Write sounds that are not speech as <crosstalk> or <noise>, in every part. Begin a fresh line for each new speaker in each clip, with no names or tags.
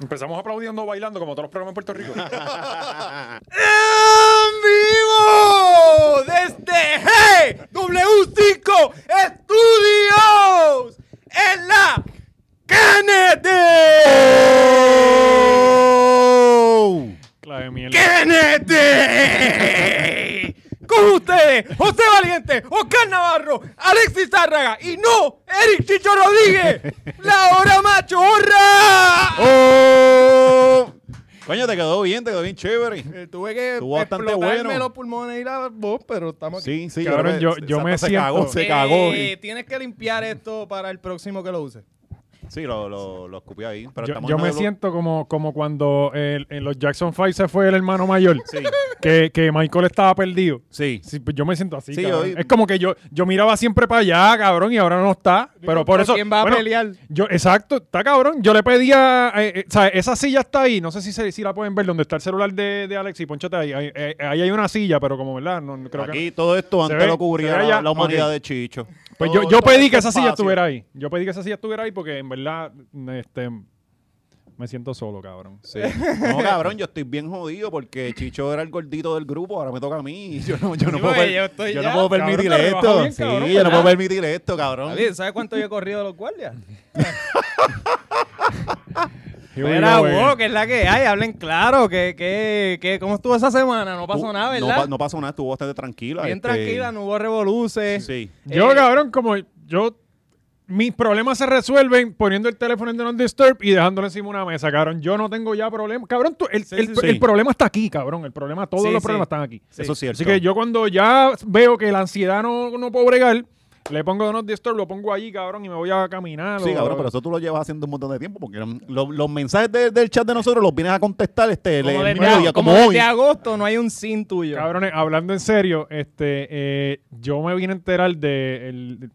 Empezamos aplaudiendo, bailando, como todos los programas en Puerto Rico.
¡En vivo! Desde GW5 Studios en la
Oh.
Kennedy.
Clave mierda.
Kennedy. Con ustedes, José Valiente, Oscar Navarro, Alexis Zárraga y no, Eric Chicho Rodríguez. La hora macho, ¡horra!
¡Oh! Coño, te quedó bien, te quedó bien chévere.
Eh, tuve que
Estuvo bastante
explotarme
bueno.
los pulmones y la voz, pero estamos aquí.
Sí, sí,
Cabrón,
creo
yo-
que
yo
Santa
me
se
siento-
cagó, se
Eh,
cagó.
Tienes que limpiar esto para el próximo que lo use.
Sí, lo, lo, lo escupí ahí. Pero
Yo,
estamos
yo
en
me
una-
siento como, como cuando el- en los Jackson Five se fue el hermano mayor. Que, que Michael estaba perdido.
Sí.
Sí, pues yo me siento así.
Sí,
cabrón.
yo-
Es como que yo, yo miraba siempre para allá, cabrón, y ahora no está. Pero por
¿Con
eso.
¿Quién va
bueno,
a pelear?
Yo, exacto, está cabrón. Yo le pedía. eh, eh, o sea, esa silla está ahí. No sé si, se- si la pueden ver, donde está el celular de, de Alexis. Ponchate ahí. Ahí, eh, ahí hay una silla, pero como, ¿verdad? No, no creo
Aquí
que.
todo esto
¿Se ve?
antes lo cubría
¿Se ve
la-
ya?
la humanidad
Ok.
de Chicho.
Pues yo,
Todo-
yo
todo
pedí
este
que esa silla
espacio.
estuviera ahí. Yo pedí que esa silla estuviera ahí porque, en verdad, este, me siento solo, cabrón.
Sí. No, cabrón, yo estoy bien jodido porque Chicho era el gordito del grupo, ahora me toca a mí. <laughs> Yo no, yo no,
Sí,
puedo,
porque
per-
pues, yo estoy
yo
ya,
no puedo
cabrón,
permitir
te rebajó
esto.
bien, cabrón,
sí, yo no puedo
¿verdad?
permitir esto, cabrón.
David, ¿Sabes cuánto yo he corrido de los
<laughs>
guardias?
Here we
Espera,
go again.
wow, que es la que hay, hablen claro, que, que, que cómo estuvo esa semana, no pasó
Tú-
nada,
Uh, No,
¿verdad?
pa- no pasó nada, estuvo bastante tranquila.
Bien
este,
tranquila, no hubo revoluces.
Sí.
Yo,
Eh,
cabrón, como yo. Mis problemas se resuelven poniendo el teléfono en Do Not Disturb y dejándolo encima de una mesa, cabrón. Yo no tengo ya problemas. Cabrón, tú- el,
Sí,
el-
sí, sí.
el problema está aquí, cabrón. El problema, todos
Sí,
los
sí.
problemas están aquí.
Sí.
Eso es cierto.
Así que yo cuando ya veo que la ansiedad no, no puedo bregar, le pongo Donut Disturb, lo pongo allí, cabrón, y me voy a caminar.
Sí,
o-
cabrón, pero eso tú lo llevas haciendo un montón de tiempo porque eran- lo- los mensajes de- del chat de nosotros los vienes a contestar este el-
como
el
desde,
mismo día,
como
como hoy.
desde agosto no hay un sin tuyo.
Cabrones, hablando en serio, este, eh, yo me vine a enterar de el-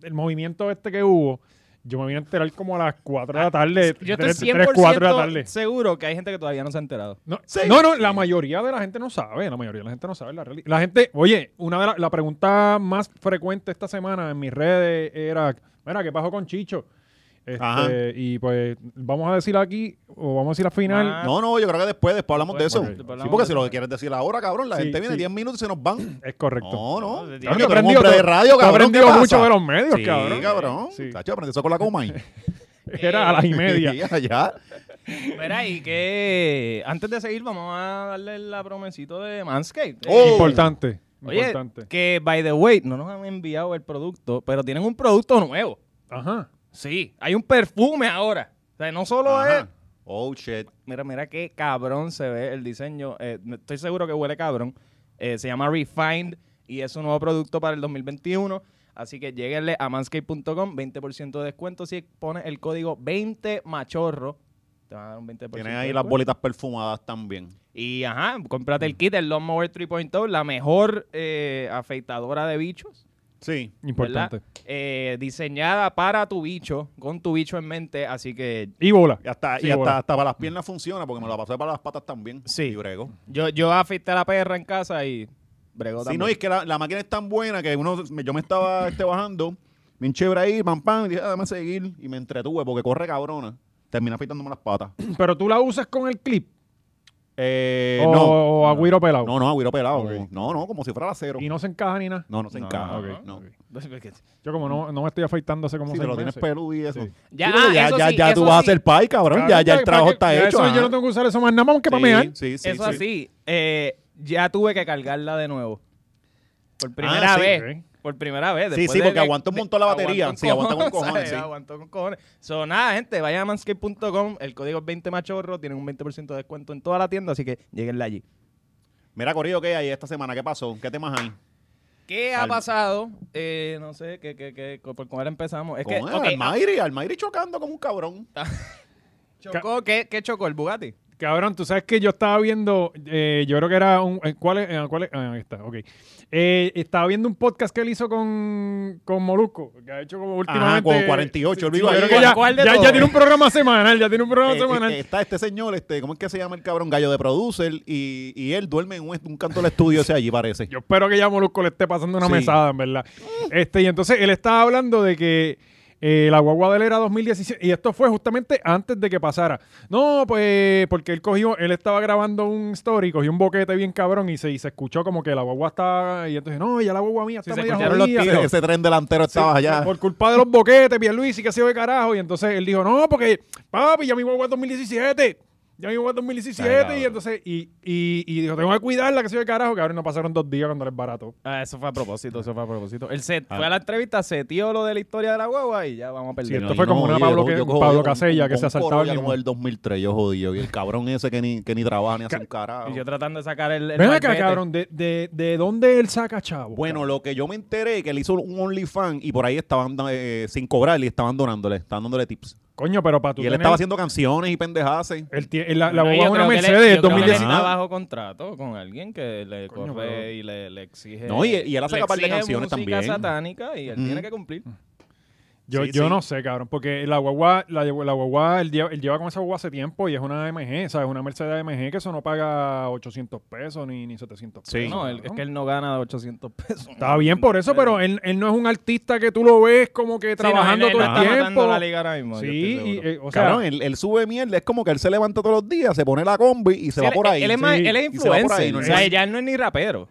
del movimiento este que hubo. Yo me vine a enterar como a las 4 de la tarde.
Ah, yo estoy
3, 4 de la
100%
tarde.
seguro que hay gente que todavía no se ha enterado.
No,
Sí.
no, no, la mayoría de la gente no sabe, la mayoría de la gente no sabe la realidad. La gente, oye, una de la, la pregunta más frecuente esta semana en mis redes era, mira, ¿qué pasó con Chicho? Este,
Ajá.
y pues vamos a decir aquí, o vamos a decir al final,
Ah,
No, no, yo creo que después, después hablamos de eso.
Ok.
Después
Sí,
hablamos
porque
de
si
eso.
lo quieres decir ahora, cabrón, la
Sí,
gente viene
sí.
10 minutos y se nos van.
es correcto.
No, no.
No, de
Cabrón,
Yo
tú eres un
aprendí
hombre de
otro-
radio,
tú
cabrón.
aprendí
¿qué pasa?
mucho de los medios,
sí,
cabrón.
cabrón.
Sí.
Tacho, aprendí eso con la coma ahí.
Era a las <laughs> y
Eh,
media.
<laughs>
<laughs>
Ya, ya.
Verá, y que antes de seguir vamos a darle la promesito de Manscaped. Eh,
Oh,
Importante,
Oye,
importante.
que by the way, no nos han enviado el producto, pero tienen un producto nuevo.
Ajá.
Sí, hay un perfume ahora. O sea, no solo
Ajá.
es.
Oh, shit.
Mira, mira qué cabrón se ve el diseño. Eh, me- estoy seguro que huele cabrón. Eh, se llama Refined y es un nuevo producto para el 2021. Así que lleguenle a manscape.com, 20% de descuento. Si pones el código 20machorro, te van a dar un 20%.
Tienen
de
ahí las
descuento.
bolitas perfumadas también.
Y ajá, cómprate el kit, el Lawnmower 3.0, la mejor eh, afeitadora de bichos.
Sí.
¿verdad?
Importante.
Eh, diseñada para tu bicho, con tu bicho en mente, así que
Y bola.
Y hasta,
Sí,
y hasta,
bola.
hasta para las piernas funciona porque me la pasé para las patas también.
Sí.
Y brego.
yo, yo afeité a la perra en casa y bregó
Si
también.
no, y es que la, la máquina es tan buena que uno, me- yo me estaba este, bajando, bien chévere ahí, pam, pam, y dije, "Ah, dame seguir, y me entretuve porque corre cabrona. Termina afeitándome las patas.
<clears throat> Pero tú la usas con el clip
Eh,
o,
no,
o agüiro pelado.
no, no, agüero pelado.
oh, Ok.
como- No, no, como si fuera la cero.
Y no se encaja ni nada.
No, no se
No,
encaja.
ok,
no.
ok.
<laughs> Porque-
Yo como no, no me estoy afeitando hace como
Si te
seis
lo tienes
meses.
peludo y eso.
Sí.
Ya,
Sí, pero
ah,
ya,
eso
ya,
sí,
ya tú
eso
vas
sí.
a ser pai, cabrón.
Cabrón,
ya, ya
¿para
el
qué-
trabajo
para
está
qué-
hecho.
Eso
ajá.
yo no tengo que usar eso más nada más que para mear.
Sí, sí, sí.
Eso
sí.
así, eh, ya tuve que cargarla de nuevo. Por primera
Ah, sí,
vez.
ok.
Por primera vez.
Sí,
después
sí,
de-
porque
de-
aguanta un montón la batería.
aguanta
Sí, aguanta
<laughs>
con cojones,
¿sabes?
sí.
Aguanta con cojones. So, nada, gente, vayan a manscape.com. El código es 20machorro. Tienen un 20% de descuento en toda la tienda, así que lleguenla allí.
Mira, Corillo, ¿qué hay esta semana? ¿Qué pasó? ¿Qué temas hay?
¿Qué ha
Al-
pasado? Eh, no sé, ¿qué, qué, qué, co- ¿por cuál empezamos? Es
Con
que,
el
ok,
Almairi, Almairi chocando como un cabrón.
ah, chocó, ¿qué, qué chocó? ¿El Bugatti?
Cabrón, tú sabes que yo estaba viendo, eh, yo creo que era un, eh, ¿cuál es? Eh, ¿cuál es? Ah, ahí está, ok. Eh, estaba viendo un podcast que él hizo con, con Molusco, que ha hecho como últimamente.
Ajá, con 48. Él
Sí,
vive
yo
ahí.
creo que ya,
¿Cuál de
ya- ya
todos?
tiene un programa semanal, ya tiene un programa
Eh,
semanal.
eh, está este señor, este, ¿cómo es que se llama el cabrón? Gallo de producer y, y él duerme en un, un canto del estudio ese allí, parece.
Yo espero que ya Molusco le esté pasando una
Sí.
mesada, en verdad. Este, y entonces él estaba hablando de que eh, la guagua de él era 2017 y esto fue justamente antes de que pasara. No, pues porque él cogió, él estaba grabando un story, cogió un boquete bien cabrón y se, y se escuchó como que la guagua está y entonces no, ya la guagua mía está
se
media
escucharon los
jodida".
tiros.
Ese, ese tren delantero
Sí,
estaba allá.
Por culpa de los boquetes, Pierluisi, que se ve carajo. Y entonces él dijo, no, porque, papi, ya mi guagua es 2017. Ya mi guagua es 2017.
Ay, cabrón.
y entonces, y, y, y dijo, tengo que cuidarla, que se ve carajo. Que ahora no pasaron dos días cuando les barato.
Ah, eso fue a propósito, eso fue a propósito. Él se
Ah.
fue a la entrevista, se tío lo de la historia de la guagua y ya vamos a
Sí,
perder.
esto fue como una
oye,
Pablo
yo-
que-
yo cojo-
Pablo
yo con-
Casella que
con
se asaltaba
Corolla
el mismo.
como el 2003, yo jodido. Y el cabrón ese que ni, que ni trabaja ni hace un carajo.
Y yo tratando de sacar el. el
Ven acá,
malvete.
cabrón, ¿de, de, de dónde él saca chavo?
Bueno, lo que yo me enteré que él hizo un OnlyFans y por ahí estaban eh, sin cobrar y estaban donándole, estaban dándole tips.
Coño, pero para tú
Y él
tener-
estaba haciendo canciones y pendejadas. ¿eh?
él tie- la, la
No,
guagua
yo
es una
creo que le-
Mercedes
yo creo que le
2017.
está bajo contrato con alguien que le
Coño,
corre
pero-
y le, le exige.
No, y- y él hace
le
capaz de
exige
canciones
música
también.
satánica y él
Ujú.
tiene que cumplir.
Yo,
Sí,
yo
sí.
no sé, cabrón, porque la guagua, la, la guagua, él lleva, él lleva con esa guagua hace tiempo y es una AMG, ¿sabes? Una Mercedes AMG que eso no paga 800 pesos ni, ni 700 pesos.
Sí.
No, él- es
cabrón.
que él no gana 800 pesos.
Está bien por eso, pero él, él no es un artista que tú lo ves como que
Sí, no, él-
trabajando
él
todo
está
el
matando
tiempo.
la liga ahora mismo, yo
sí,
estoy
y,
seguro.
eh, o sea,
Cabrón, él, él sube mierda, es como que él se levanta todos los días, se pone la combi y
Sí,
se va
él-
por ahí.
Él, es, más-
sí,
él es
y se va por ahí,
influencer. o sea,
normal.
ya él no es ni rapero.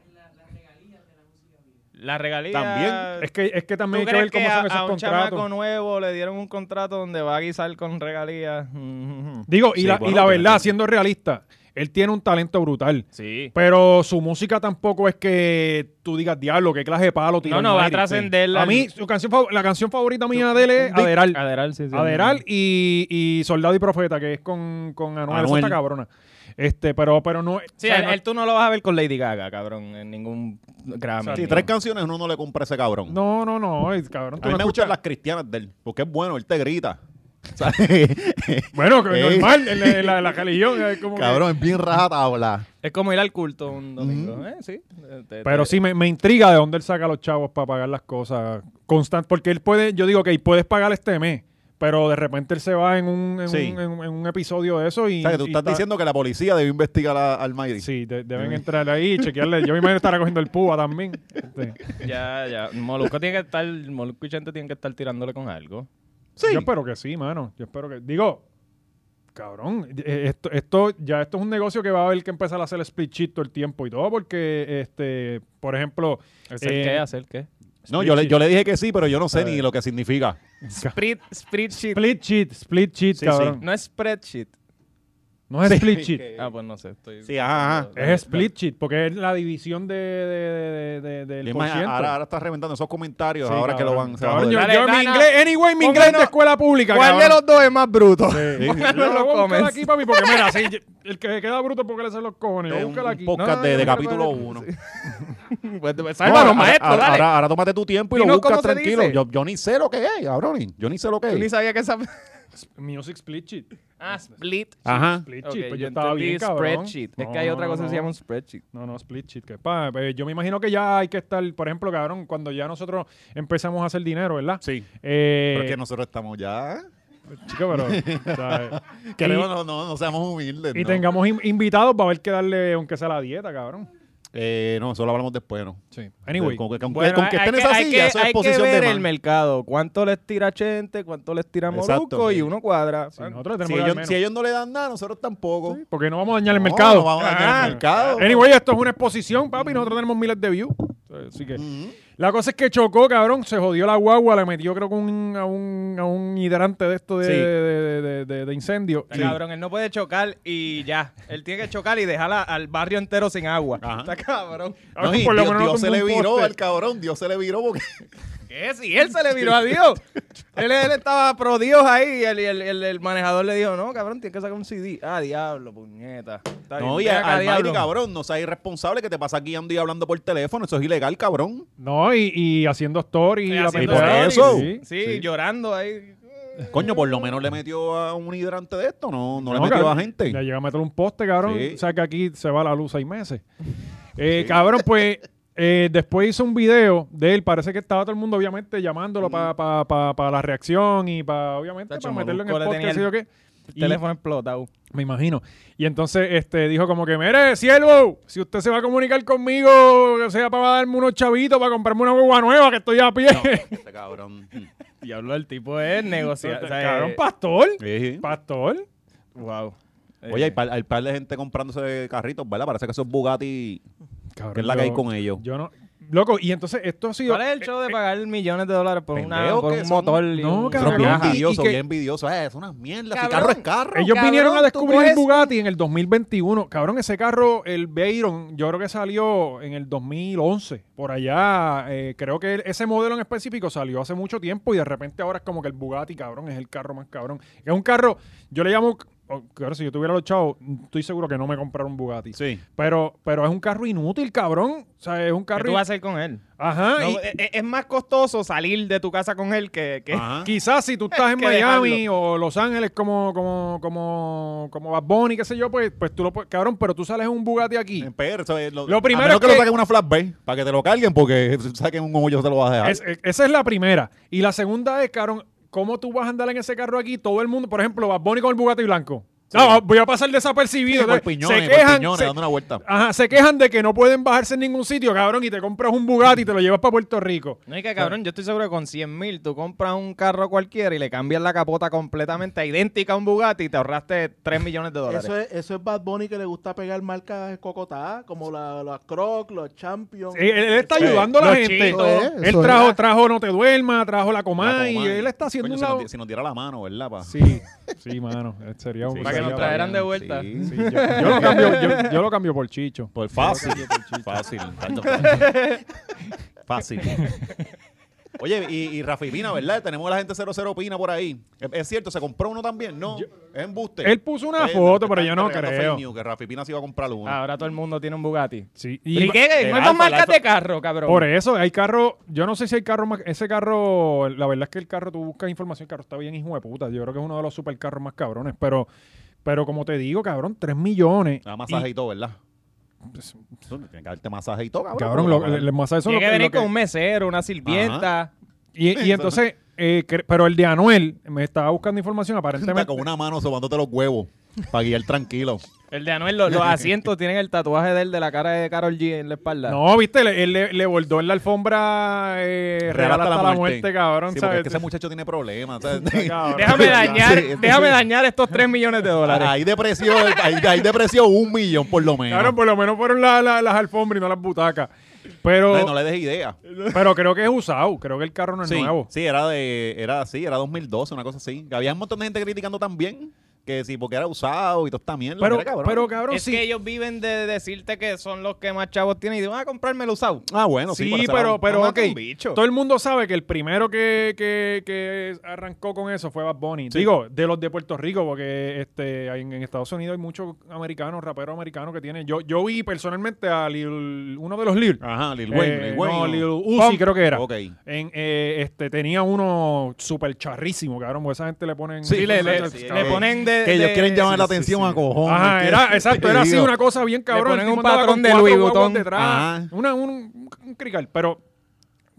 La regalía.
También.
es que, es que
¿Tú
también hay que
crees
ver cómo
a,
son
a
esos
un chamaco
contratos.
nuevo le dieron un contrato donde va a guisar con regalías? Mm,
Digo, y,
Sí,
la, y
bueno,
la
tiene
verdad,
que-
siendo realista, él tiene un talento brutal.
Sí.
Pero su música tampoco es que tú digas, diablo, qué clase de palo tiró
No, no, va a
Mayri".
trascenderla.
A mí, su canción, fav- la canción favorita mía de él es Aderal.
Aderal, sí, sí.
Aderal y, y Soldado y Profeta, que es con, con Anuel. Eso
Anuel.
está cabrona. Este, pero, pero no.
Sí,
o sea,
él,
no-
él tú no lo vas a ver con Lady Gaga, cabrón, en ningún Grammy.
Sí, tres canciones uno no le compra a ese cabrón.
no, no, no, es- cabrón.
a
Tú
mí
no
me
escuchas-
gustan las cristianas de él, porque es bueno, él te grita.
<laughs>
¿Sabes?
Bueno,
<laughs>
que
Ey.
normal, en la, en la, la religión es como que-
<laughs> Eh. cabrón, es bien rajatabla.
Es como ir al culto un domingo, ¿eh? Sí. Eh, te-
Mm-hmm. Pero
te-
Este,
sí, me, me intriga de dónde él saca los chavos para pagar las cosas constantes. Porque él puede, yo digo, ok, puedes pagar este mes, pero de repente él se va en un, en
Sí.
un, en, en un episodio de eso y...
O sea, que tú
y
estás
está-
diciendo que la policía debe investigar a- al Mayri.
Sí, de- deben entrar ahí y chequearle. Yo me imagino estará cogiendo el púa también. Este,
Ya, ya. Molusco tiene que estar, Molusco y Chente tienen que estar tirándole con algo.
Sí.
Yo espero que sí, mano. Yo espero que... Digo, cabrón, eh, esto, esto ya esto es un negocio que va a haber que empezar a hacer split sheet todo el tiempo y todo porque, este, por ejemplo...
¿Hacer
eh,
qué? ¿Hacer qué?
No, yo le, yo le dije que sí, pero yo no sé
A ver.
ni lo que significa.
Split, spreadsheet.
Split sheet, split sheet,
Sí, sí.
cabrón.
No es spreadsheet.
No es split sheet.
Ah, pues no sé. Estoy...
Sí, ajá, ajá.
Es split sheet, porque es la división de, de, de- de- de- del
Y es
por
más,
ciento.
ahora, ahora estás reventando esos comentarios,
Sí,
ahora que lo
cabrón.
van se va a
Cabrón, yo,
joder.
Dale,
yo- mi
dana.
inglés, anyway, mi inglés es de
Pónganos-
escuela pública.
¿Cuál de
cabrón.
los dos es más bruto?
Sí.
Pónganos
Yo
los
voy a buscar
comments.
aquí, papi, porque mira, si el que queda bruto porque le hacen los cojones.
Es
Yo
un,
búscala
un
aquí.
podcast
No,
de,
no,
de
no,
capítulo
no,
1.
Pues, pues,
No,
sálvanos,
ahora-
maestro,
ahora,
dale.
ahora- ahora tómate tu tiempo y lo
Dinos
buscas
cómo se
tranquilo.
dice.
Yo, yo ni sé lo que es, cabrón. Yo ni sé lo que
Yo ni
es.
sabía
<laughs>
que esa...
Music split sheet.
Ah, split.
Ajá.
Split
Ok,
sheet, pues
yo
yo estaba
entendí
bien, cabrón.
spreadsheet. Es
No,
que hay
no,
otra cosa
no.
que se llama un spreadsheet.
No, no, split sheet. Que, pa, eh, yo me imagino que ya hay que estar, por ejemplo, cabrón, cuando ya nosotros empezamos a hacer dinero, ¿verdad?
Sí.
Eh,
Pero es que nosotros estamos ya.
chico, pero, o
<laughs>
sea,
Que
y-
luego no, no, no seamos humildes.
y
no.
tengamos in- invitados para ver que darle, aunque sea la dieta, cabrón.
Eh, no, eso lo hablamos después, ¿no?
Sí. Anyway. eh,
Con que, con que-
Bueno,
con que
hay
estén en esa
hay
silla, eso es
hay que
posición
ver
de
el
man.
mercado. ¿Cuánto les tira Chente? ¿Cuánto les tira
Exacto,
Molusco?
sí.
Y uno cuadra.
Sí, nosotros tenemos
Si
que dar
ellos,
menos.
si ellos no le dan nada, nosotros tampoco.
Porque no vamos a dañar el
No,
mercado.
no vamos a dañar el
Ajá.
mercado.
Anyway, esto es una exposición, papi. Nosotros tenemos miles de views. Así que.
Mm.
La cosa es que chocó, cabrón. Se jodió la guagua. La metió, creo que un- a, un, a un hidrante de esto de,
Sí.
de- de- de- de incendio.
Está Cabrón, él no puede chocar y ya. Él tiene que chocar y dejar a- al barrio entero sin agua.
Ajá.
Está cabrón.
Ah,
No, y
por lo
Dios,
menos no
Dios se
tumbó
le
un
viró
poste.
al cabrón, Dios se le viró porque
¿Qué? Si él se le viró a Dios. él, él estaba pro Dios ahí y el, el- el- el manejador le dijo, no, cabrón, tienes que sacar un CD. Ah, diablo, puñeta. Está
No,
bien,
y
ven acá,
al Mayri,
diablo.
cabrón, no seas irresponsable que te pasas guiando y hablando por teléfono. Eso es ilegal, cabrón.
No, y, y haciendo stories.
Y
la
haciendo
por
pendeja.
stories.
eso.
Sí,
Sí,
sí.
llorando ahí.
Coño, por lo menos le metió a un hidrante de esto, no, no, le
No,
metió
cabrón,
a gente.
Le llega a meter un poste, cabrón.
Sí.
O sea que aquí se va la luz seis
<laughs>
meses. Eh, Cabrón, pues eh, después hizo un video de él. Parece que estaba todo el mundo, obviamente, llamándolo para la reacción y para, obviamente,
Tacho,
para meterlo en el
Molusco le tenía
podcast. ¿sí
el-
o qué?
El
Y-
teléfono explotado.
Me imagino. Y entonces este, dijo como que, mire, siervo, si usted se va a comunicar <laughs> conmigo, que sea para darme unos chavitos, para comprarme una guagua nueva, que estoy a pie.
Este cabrón.
Diablo, el tipo es negociar. o sea,
Cabrón,
eh,
pastor.
Sí.
Pastor.
wow. Eh,
Oye, hay par, hay par de gente comprándose carritos, ¿verdad? Parece que esos Bugatti,
Cabrón,
que es la que hay
yo-
con ellos.
Yo no. Loco, y entonces esto ha sido.
¿Cuál es el show de pagar millones de dólares por, una,
Pendejo
por
que
un
son.
motor? y
No,
un-
cabrón.
Pero bien
Ajá.
envidioso,
Y que-
bien envidioso. Eh, es una mierda. Si
Cabrón.
carro es carro.
Ellos
Cabrón,
vinieron a
tú
descubrir
coges-
el Bugatti en el 2021. Cabrón, ese carro, el Veyron, yo creo que salió en el 2011. Por allá, eh, creo que el- ese modelo en específico salió hace mucho tiempo y de repente ahora es como que el Bugatti, cabrón, es el carro más cabrón. Es un carro, yo le llamo, oh, claro, si yo tuviera los chavos, estoy seguro que no me compraron un Bugatti.
Sí.
Pero, pero es un carro inútil, cabrón. O sea, es un
¿Qué
carro...
tú vas a hacer con él?
Ajá,
No,
y-
e- e- es más costoso salir de tu casa con él que... que-
Ah,
Ajá.
Quizás si tú estás en
que
Miami o Los Ángeles como, como, como, como Bad Bunny, qué sé yo, pues, pues tú lo puedes, cabrón, pero tú sales en un Bugatti aquí.
En PR, ¿sabes? Lo,
Lo primero
a menos
es
que,
que-
lo saquen una flashback para que te lo carguen porque <laughs> saquen un hoyo te lo vas a dejar.
Es- es- esa es la primera. Y la segunda es, cabrón, ¿cómo tú vas a andar en ese carro aquí? Todo el mundo, por ejemplo, Bad Bunny con el Bugatti blanco. No, voy a pasar
Sí,
desapercibido.
por
Entonces,
piñones,
se
por
quejan,
piñones,
se- Ah,
dando una vuelta.
ajá, se quejan de que no pueden bajarse en ningún sitio, cabrón, y te compras un Bugatti y te lo llevas para Puerto Rico.
No, y que cabrón, yo estoy seguro que con 100 mil tú compras un carro cualquiera y le cambias la capota completamente idéntica a un Bugatti y te ahorraste 3 millones de dólares.
Eso es, eso es Bad Bunny que le gusta pegar marcas cocotadas, como la- las Crocs, los Champions. Este,
Él, él está
Sí.
ayudando a la
Los
gente.
chitos.
Eso es,
él
eso es.
trajo, trajo No Te Duerma, trajo La Comay,
La
y
Comay.
él está haciendo
Coño,
un
si,
lado.
nos, di- si nos diera la mano, ¿verdad? pa?
Sí, sí, mano. eh, Sería un.
Sí,
para que
sería-
nos
sí,
trajeran de
sí.
vuelta.
sí, yo, yo lo cambio, yo, yo lo cambio por Chicho.
Pues fácil. Fácil.
<laughs>
tanto- fácil. Oye, y, y Rafi Pina, ¿verdad? Tenemos la gente 00 Pina por ahí. ¿Es, es cierto? ¿Se compró uno también? No. es embuste.
Él puso una
Pues,
foto,
te
pero yo
están
no
entregando fake
creo. Ah,
news, que Rafi Pina se iba a comprar uno.
Ahora todo el mundo tiene un Bugatti.
Sí,
¿Y,
y eh, ah,
qué?
el
¿Cuántas
Alfa, el
marcas
Alfa.
de carro, cabrón?
por eso hay carro. Yo no sé si hay carro más. Ese carro, la verdad es que el carro, tú buscas información, el carro está bien, hijo de puta. Yo creo que es uno de los supercarros más cabrones, pero. Pero como te digo, cabrón, 3 millones.
Da masaje y, todo, ¿verdad?
Pues,
Tú Tienes que darte masaje y todo, cabrón.
Cabrón, lo,
porque
el, el masaje son
Tiene
lo
que
que-
venir
lo que-
con un mesero, una sirvienta.
Y, y entonces, eh, cre- pero el de Anuel, me estaba buscando información,
Está
aparentemente.
con una mano sobándote los huevos para guiar tranquilo.
El de Anuel, <laughs> lo- los, asientos tienen el tatuaje de él de la cara de Carol G en la espalda.
No, viste, le- él le, le bordó en la alfombra eh, real hasta, la, muerte. cabrón.
Sí, porque
¿sabes?
es que ese muchacho
<laughs>
tiene problemas. ¿sabes?
Cabrón.
<laughs> Déjame dañar,
<laughs> Sí, sí.
déjame dañar estos 3 millones de dólares.
Hay depresión, hay, hay depresión un millón por lo menos.
Claro, por lo menos fueron la- la- las alfombras y no las butacas. Pero,
No, no le des idea.
pero creo que es usado. Creo que el carro no es
sí,
nuevo.
sí, era de, era así, era 2012, una cosa así. Que había un montón de gente criticando también que sí, porque era usado y todo está mierda.
Pero,
Mira, cabrón.
pero cabrón,
es
sí.
que ellos viven de decirte que son los que más chavos tienen y dicen, ah, comprármelo usado.
ah, bueno, sí,
sí,
por ese
pero,
lado.
pero
Mamá
ok.
con bicho.
Todo el mundo sabe que el primero que, que- que arrancó con eso fue Bad Bunny. Digo, de los de Puerto Rico, porque este, hay- en, Estados Unidos hay muchos americanos, raperos americanos que tienen. Yo, yo vi personalmente a Lil- uno de los Lil.
Ajá, Lil
Eh,
Wayne, Lil Wayne.
no, Lil Uzi
Pump.
creo que era.
Ok.
En, eh, este, tenía uno súper charrísimo, cabrón, porque esa gente le ponen...
Sí,
Y le, le-
Entonces,
le
cabrón.
ponen de...
Que ellos
de-
quieren llamar la
sí, sí,
atención
sí.
a cojones.
Ajá,
que-
era, exacto, era así
digo.
una cosa bien cabrón.
ponen
el tipo
un
andaba
patrón
con
de
cuatro
Louis
guaguas
Vuitton.
detrás,
Ajá.
una- un, un crical, pero...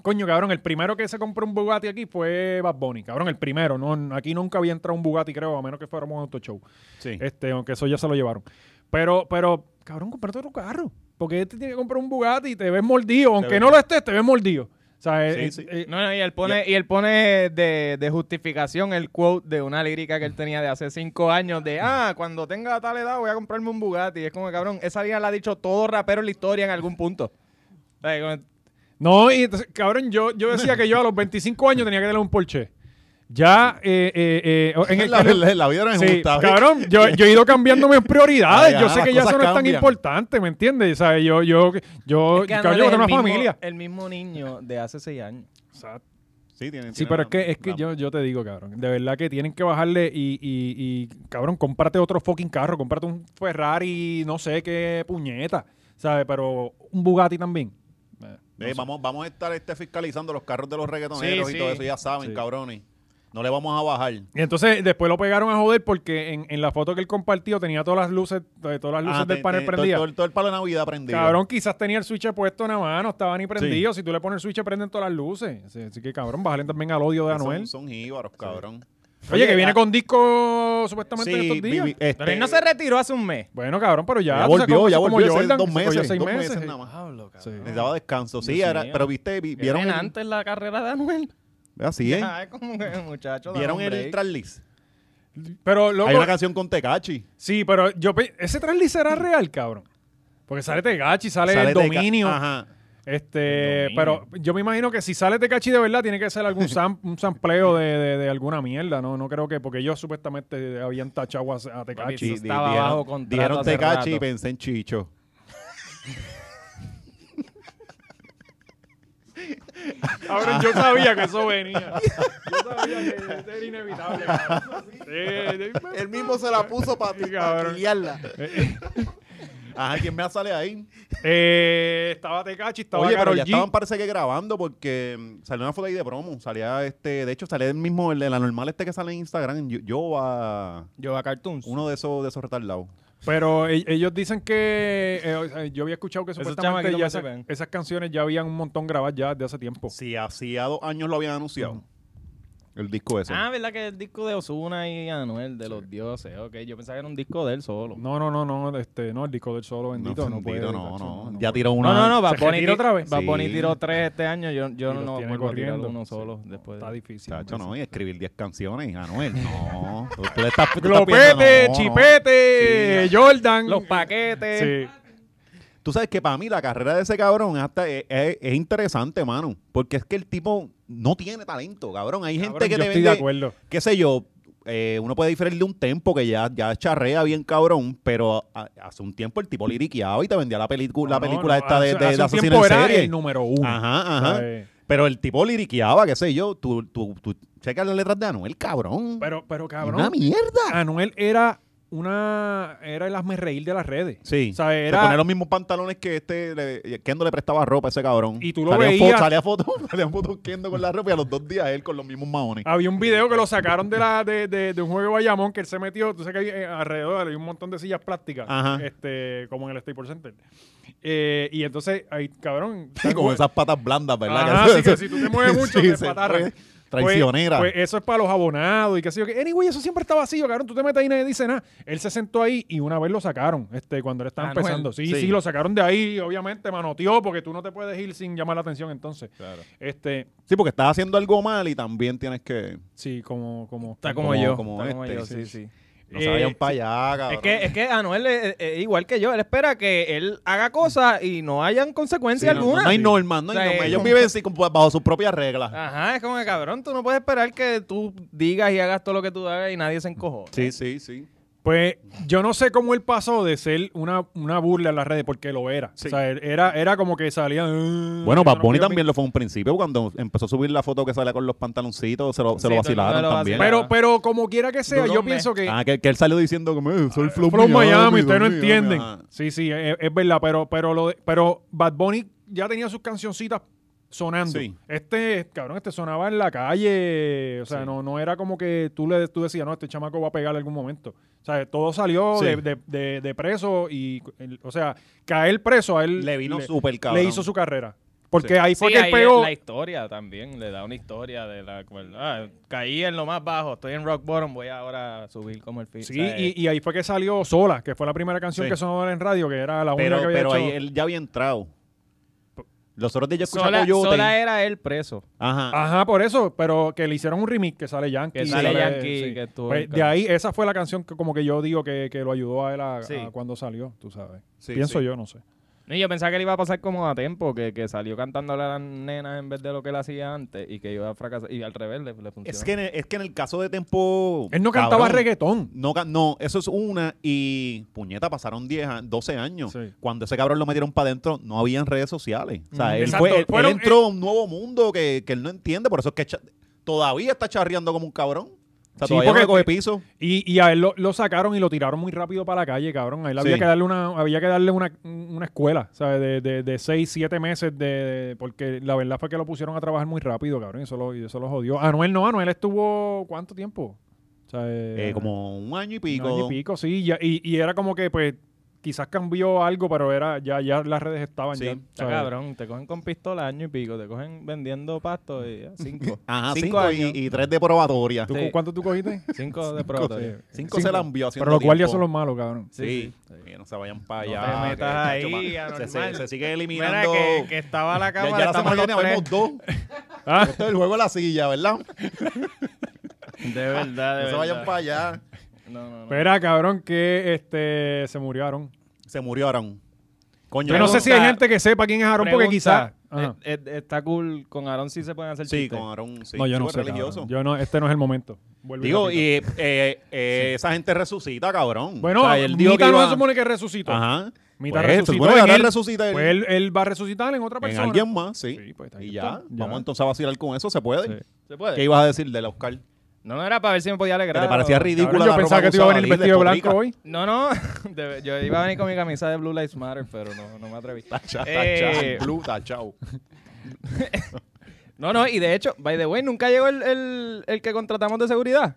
Coño, cabrón, el primero que se compró un Bugatti aquí fue Bad Bunny, cabrón, el primero. No, aquí nunca había entrado un Bugatti, creo, a menos que fuéramos a un auto show.
Sí.
Este, aunque eso ya se lo llevaron. Pero, pero, cabrón, comprate otro carro. Porque este tiene que comprar un Bugatti y te ves mordido. Aunque
ves.
no lo estés, te ves mordido. O sea,
Sí,
eh,
sí.
eh,
No, no, y él pone, y él pone de, de justificación el quote de una lírica que él tenía de hace cinco años de, ah, cuando tenga tal edad voy a comprarme un Bugatti. Y es como, cabrón, esa vida la ha dicho todo rapero en la historia en algún punto. O sea, como-
No, y entonces, cabrón, yo, yo decía que yo a los 25 años tenía que tener un Porsche. Ya, eh, eh, eh, en el
<laughs> la, la- la vida no es
Sí,
justa. ¿ves?
cabrón, yo, yo he ido cambiando mis prioridades.
Ay,
yo
ajá,
sé que Ah,
las
ya eso
cosas
no es tan
cambian.
importante, ¿me entiendes? O sea, yo, yo, yo,
Es que
Oh, cabrón,
Anuel
yo
es
tengo una
el mismo-
familia.
El mismo niño de hace seis años.
Sí, tiene-
Sí,
tiene
pero
la-
es que, es que
la-
yo, yo te digo, cabrón, de verdad que tienen que bajarle y, y, y, cabrón, cómprate otro fucking carro, cómprate un Ferrari, no sé qué puñeta, ¿sabes? Pero un Bugatti también. Eh,
Eh, vamos, vamos a estar este, fiscalizando los carros de los reggaetoneros
Sí,
y
sí.
todo eso, ya saben,
Sí.
cabrones. No le vamos a bajar.
Y entonces después lo pegaron a joder porque en, en la foto que él compartió tenía todas las luces, eh, todas las luces
Ah,
del
te-
panel
te- todo-
prendidas.
Todo, el- todo el palo de Navidad prendido.
Cabrón, quizás tenía el switch puesto en la mano, estaba ni prendido. Si tú le pones el switch, prenden todas las luces. Así, así que, cabrón, bájale también al odio de
Son-
Anuel.
Son jíbaros, cabrón.
Oye, que viene
ah,
con disco supuestamente en
sí,
estos días.
vi- vi- este,
Pero él no se retiró hace un mes.
Bueno, cabrón, pero ya.
Ya
tú sabes cómo-
volvió, ya
como
volvió hace
Jordan,
dos
se cogió
meses.
seis
Dos meses
meses. Ah,
nada más.
Sí.
Necesitaba descanso. Sí,
Dios
era-
mío.
pero viste, vi- vieron.
¿Vieron
el-
antes la carrera de Anuel? <laughs>
Así es.
Ah, es como que, muchacho, dame
¿Vieron
un
el
break.
traslis?
Pero, loco,
Hay una canción con Tecachi.
sí, pero yo... pe- Ese trasliz será real, cabrón. Porque sale Tegachi, sale, el
Teca-
dominio.
Ajá.
Este,
El dominio.
pero yo me imagino que si sale Tecachi de verdad, tiene que ser
<laughs>
algún sam- un sampleo de, de- de alguna mierda, ¿no? No creo que, porque ellos supuestamente habían tachado a, a
Papi,
Tecachi.
sí.
Chi-
estaba
dijeron-
bajo contrato
Dijeron
hace
Tecachi y
rato.
pensé en Chicho. Ah.
Cabrón, yo sabía que eso venía. Yo sabía que eso era inevitable. cabrón. Sí, sí.
Él mismo se la puso para
<laughs> Sí, Eh, cabrón.
pelearla.
Ajá, ¿quién me sale ahí?
Eh, estaba Tecachi, estaba
Oye, pero
Karol
ya
G.
estaban parece que grabando porque mm, salió una foto ahí de promo. Salía este, de hecho, salía el mismo, el de la normal este que sale en Instagram. Yo, yo a
Yo a Cartoons.
uno de esos, de esos retardados.
Pero e- ellos dicen que eh, o sea, yo había escuchado que
Esos
supuestamente
chamaquitos
ya
me
esa-
sepan.
esas canciones ya habían un montón grabadas ya desde hace tiempo.
Si hacía dos años lo habían anunciado. El disco ese.
Ah, ¿verdad que el disco de Osuna y Anuel, de los dioses? Ok, yo pensaba que era un disco de él solo.
No, no, no, no, este, no, el disco del solo bendito no, puede.
bendito,
tacho,
no, no. Ya tiró uno.
No, no, no, Bad
¿Se
Bunny,
retira
ti-
otra vez?
Bad Bunny
Sí.
tiró tres este año, yo, yo
Y los
no
tiene
vuelvo a tirar
corriendo.
uno solo
Sí,
después.
Está
de-
difícil.
Tacho,
parece.
no, y escribir 10 canciones, Anuel. <laughs> No. Tú- tú le estás- tú estás
Glopete,
pidiendo, no, no.
chipete, Jordan.
Los paquetes.
Sí.
Tú sabes que para mí la carrera de ese cabrón hasta es, es- es interesante, mano. Porque es que el tipo no tiene talento, cabrón. Hay gente
Cabrón,
que
yo
te
estoy de
vende,
acuerdo.
qué sé yo, eh, uno puede diferir de un tempo que ya, ya charrea bien cabrón, pero a- hace un tiempo el tipo liriqueaba y te vendía la, pelicu-
No, no,
la película
no,
esta de,
hace-
de,
hace
de
un
asesino
tiempo
en
era
serie.
el número uno.
Ajá, ajá.
¿sabes?
Pero el tipo liriqueaba, qué sé yo. Tú, tú, tú checas las letras de Anuel, cabrón.
Pero, pero
Una
cabrón,
mierda.
Anuel era una era el hazme reír de las redes.
Sí.
O sea,
Se
era-
ponía los mismos pantalones que este le, Kendo le prestaba ropa a ese cabrón.
Y tú lo
salía
veías.
Foto, salía foto, <laughs> salía foto Kendo con la ropa y a los dos días él con los mismos maones.
Había un video que lo sacaron de, la, de, de- de un juego de Bayamón que él se metió. Tú sabes que hay, eh, alrededor hay un montón de sillas plásticas,
Ajá.
este, como en el Staples Center. Eh, y entonces, ahí, cabrón.
Sí, <laughs> con esas patas blandas, ¿verdad?
Ah, pues.
<laughs>
Ajá,
eso-
así que
eso-
si tú te mueves mucho, te
se
patarran.
fue
Pues-
Traicionera.
Pues, eso es para los abonados y qué sé yo. Que, anyway, eso siempre está vacío, cabrón. Tú te metes ahí y nadie dice nada. Él se sentó ahí y una vez lo sacaron, este, cuando él estaba
Anuel.
empezando. Sí, sí,
Sí.
lo sacaron de ahí, obviamente, manoteó, porque tú no te puedes ir sin llamar la atención entonces. Este,
Sí, porque estás haciendo algo mal y también tienes que.
sí, como, como.
Está como,
Como-
yo.
como
está como
este,
yo,
sí,
sí, sí.
No
Eh,
se vayan para allá, cabrón.
Es que, es que Anuel es, es- es igual que yo, él espera que él haga cosas y no hayan
Sí,
consecuencias
no,
alguna.
no, no hay normas, no hay
O sea,
eh,
normas.
es
Ellos
como-
viven sí, con- bajo sus propias reglas.
Ah.
Ajá, es como que cabrón, tú no puedes esperar que tú digas y hagas todo lo que tú hagas y nadie se encojó.
Sí, sí, sí.
Pues yo no sé cómo él pasó de ser una, una burla en las redes, porque lo era.
Sí.
O sea, él- era, era como que salía. "Ah,
Bueno,
yo
Bad
no quiero
Bunny
mi-".
también lo fue un principio. Cuando empezó a subir la foto que salía con los pantaloncitos, se lo, se
Sí,
lo
todo el mundo
vacilaron
lo
también.
vacilaba.
Pero, pero como quiera que sea,
Duró
yo
un
pienso que.
Ah, que, que él salió diciendo como "Eh, soy Flow
From Ah, Miami,
Miami,
ustedes no
Miami,
entienden.
ajá.
Sí, sí, e, es, es verdad, pero, pero, lo de- pero Bad Bunny ya tenía sus cancioncitas sonando.
Sí.
Este, cabrón, este sonaba en la calle. O sea, no, no era como que tú le tú decías, no, este chamaco va a pegar en algún momento. O sea, todo salió
Sí.
de, de- de- de preso y, el- o sea, caer preso a él
Le vino súper cabrón.
le hizo su carrera. Porque
Sí.
ahí
Sí,
fue que él
ahí
pegó.
la historia también, le da una historia de la cual, ah, caí en lo más bajo, estoy en rock bottom, voy ahora a subir como el fin.
Sí, y, y ahí fue que salió Sola, que fue la primera canción
Sí.
que sonó en radio, que era la única
Pero,
que había
pero
hecho.
ahí él ya había entrado. Los otros días yo escuché
sola,
a Coyote.
sola era él preso.
Ajá.
Ajá, por eso, pero que le hicieron un remix que sale Yankee.
Que sale Yankee, que estuvo
Pues,
bien
de
cabrón.
ahí, esa fue la canción que como que yo digo que, que lo ayudó a él a,
Sí.
a cuando salió, tú sabes.
Sí,
Pienso
sí.
yo, no sé.
No, y yo pensaba que le iba a pasar como a tiempo, que, que salió cantándole a las nenas en vez de lo que él hacía antes y que iba a fracasar. Y al revés le, le funcionó.
Es que, en el, es que en el caso de Tempo.
Él no cantaba
cabrón,
reggaetón.
No, ca- no, eso es una. Y puñeta, pasaron 10, a- 12 años.
Sí.
Cuando ese cabrón lo metieron para adentro, no habían redes sociales. O sea,
Mm,
él,
exacto.
fue, él- él
Fueron-
entró a un nuevo mundo que, que él no entiende. Por eso es que cha- todavía está charreando como un cabrón. O sea,
Sí,
todavía no
porque-
le coge piso.
Y, y a él lo, lo sacaron y lo tiraron muy rápido para la calle, cabrón. A él había
Sí.
que darle una, había que darle una, una escuela, ¿sabes? De, de, de seis, siete meses, de, de- porque la verdad fue que lo pusieron a trabajar muy rápido, cabrón, y eso lo, y eso lo jodió. Anuel no, Anuel estuvo ¿cuánto tiempo? O sea, eh,
Eh, como un año y pico.
Un año y pico, sí. ya- y, y era como que, pues, quizás cambió algo, pero era ya, ya las redes estaban
Sí,
ya.
Está
¿sabes?
cabrón, te cogen con pistola año y pico, te cogen vendiendo pasto y ya,
<laughs>
cinco.
Ajá,
cinco,
cinco, y-
años.
y, tres de probatoria.
¿Tú,
Sí.
¿Cuánto tú
<laughs>
cogiste?
Cinco de pronto.
Sí.
Cinco se la envió
Pero los guardias son los malos, cabrón.
Sí, sí, no se vayan para
No
allá.
te metas
que,
ahí,
chacho, ma- se, se-
anormal.
se sigue
Mira
eliminando.
que, que estaba la
ya,
cámara,
ya la
estamos
semana que
los
viene
tres.
vemos dos.
Ah,
Esto es el juego de la silla, ¿verdad?
De verdad, de
No se
verdad.
vayan para allá.
No, no, no.
espera, cabrón, que este se murió Aaron.
Se murió Aaron. Coño.
Yo no sé si hay
Pregunta-
gente que sepa quién es Aaron, porque quizás.
Pregunta, eh, eh, está cool. Con Aaron sí se pueden hacer
Sí,
chistes.
con Aaron. Sí,
no, yo no
Súper
sé.
religioso.
cabrón. Yo no, este no es el momento. Vuelvo y
Digo,
repito.
y eh, eh, esa gente resucita, cabrón.
Bueno,
O sea, él dijo
Mita
que
no
iba-
se supone que resucitó.
Ajá.
Mita
Pues, se
resucitó
supone que
en
ahora
él.
resucita él.
Pues él, él va a resucitar en otra
En
persona.
alguien más, sí.
Sí, pues, ahí
y
está.
ya.
Ya.
Vamos entonces a vacilar con eso. ¿Se puede?
Sí.
¿Se puede?
¿Qué ibas a decir del Oscar?
No, no era para ver si me podía
Que
alegrar.
te parecía
o-
Cabrón,
ridícula la
yo pensaba
ropa
que te iba a
usaba
venir
Lil de
vestido de
Puerto
blanco
Rico.
hoy.
No, no. <laughs> de- yo iba a venir con mi camisa de Blue Lives Matter, pero no, no me atreví.
Tacha,
Eh.
tacha, blue, tachao.
No, no, y de hecho, by the way, nunca llegó el, el, el que contratamos de seguridad.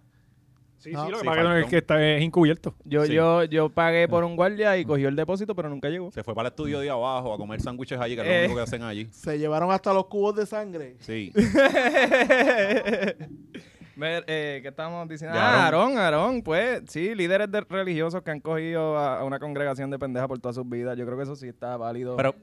Sí,
No,
sí, lo que
sí,
pasa es que
faltó.
es que está es encubierto.
Yo,
Sí.
yo, yo pagué por un guardia y cogió el depósito, pero nunca llegó.
Se fue para el estudio de abajo a comer sándwiches allí, que es lo
Eh.
único que hacen allí.
Se llevaron hasta los cubos de sangre.
Sí.
<laughs> Ver, eh, ¿Qué estábamos diciendo?
De
Ah, Aarón,
Aarón.
Aarón, pues sí, líderes de- religiosos que han cogido a, a una congregación de pendejas por todas sus vidas. Yo creo que eso sí está válido.
Pero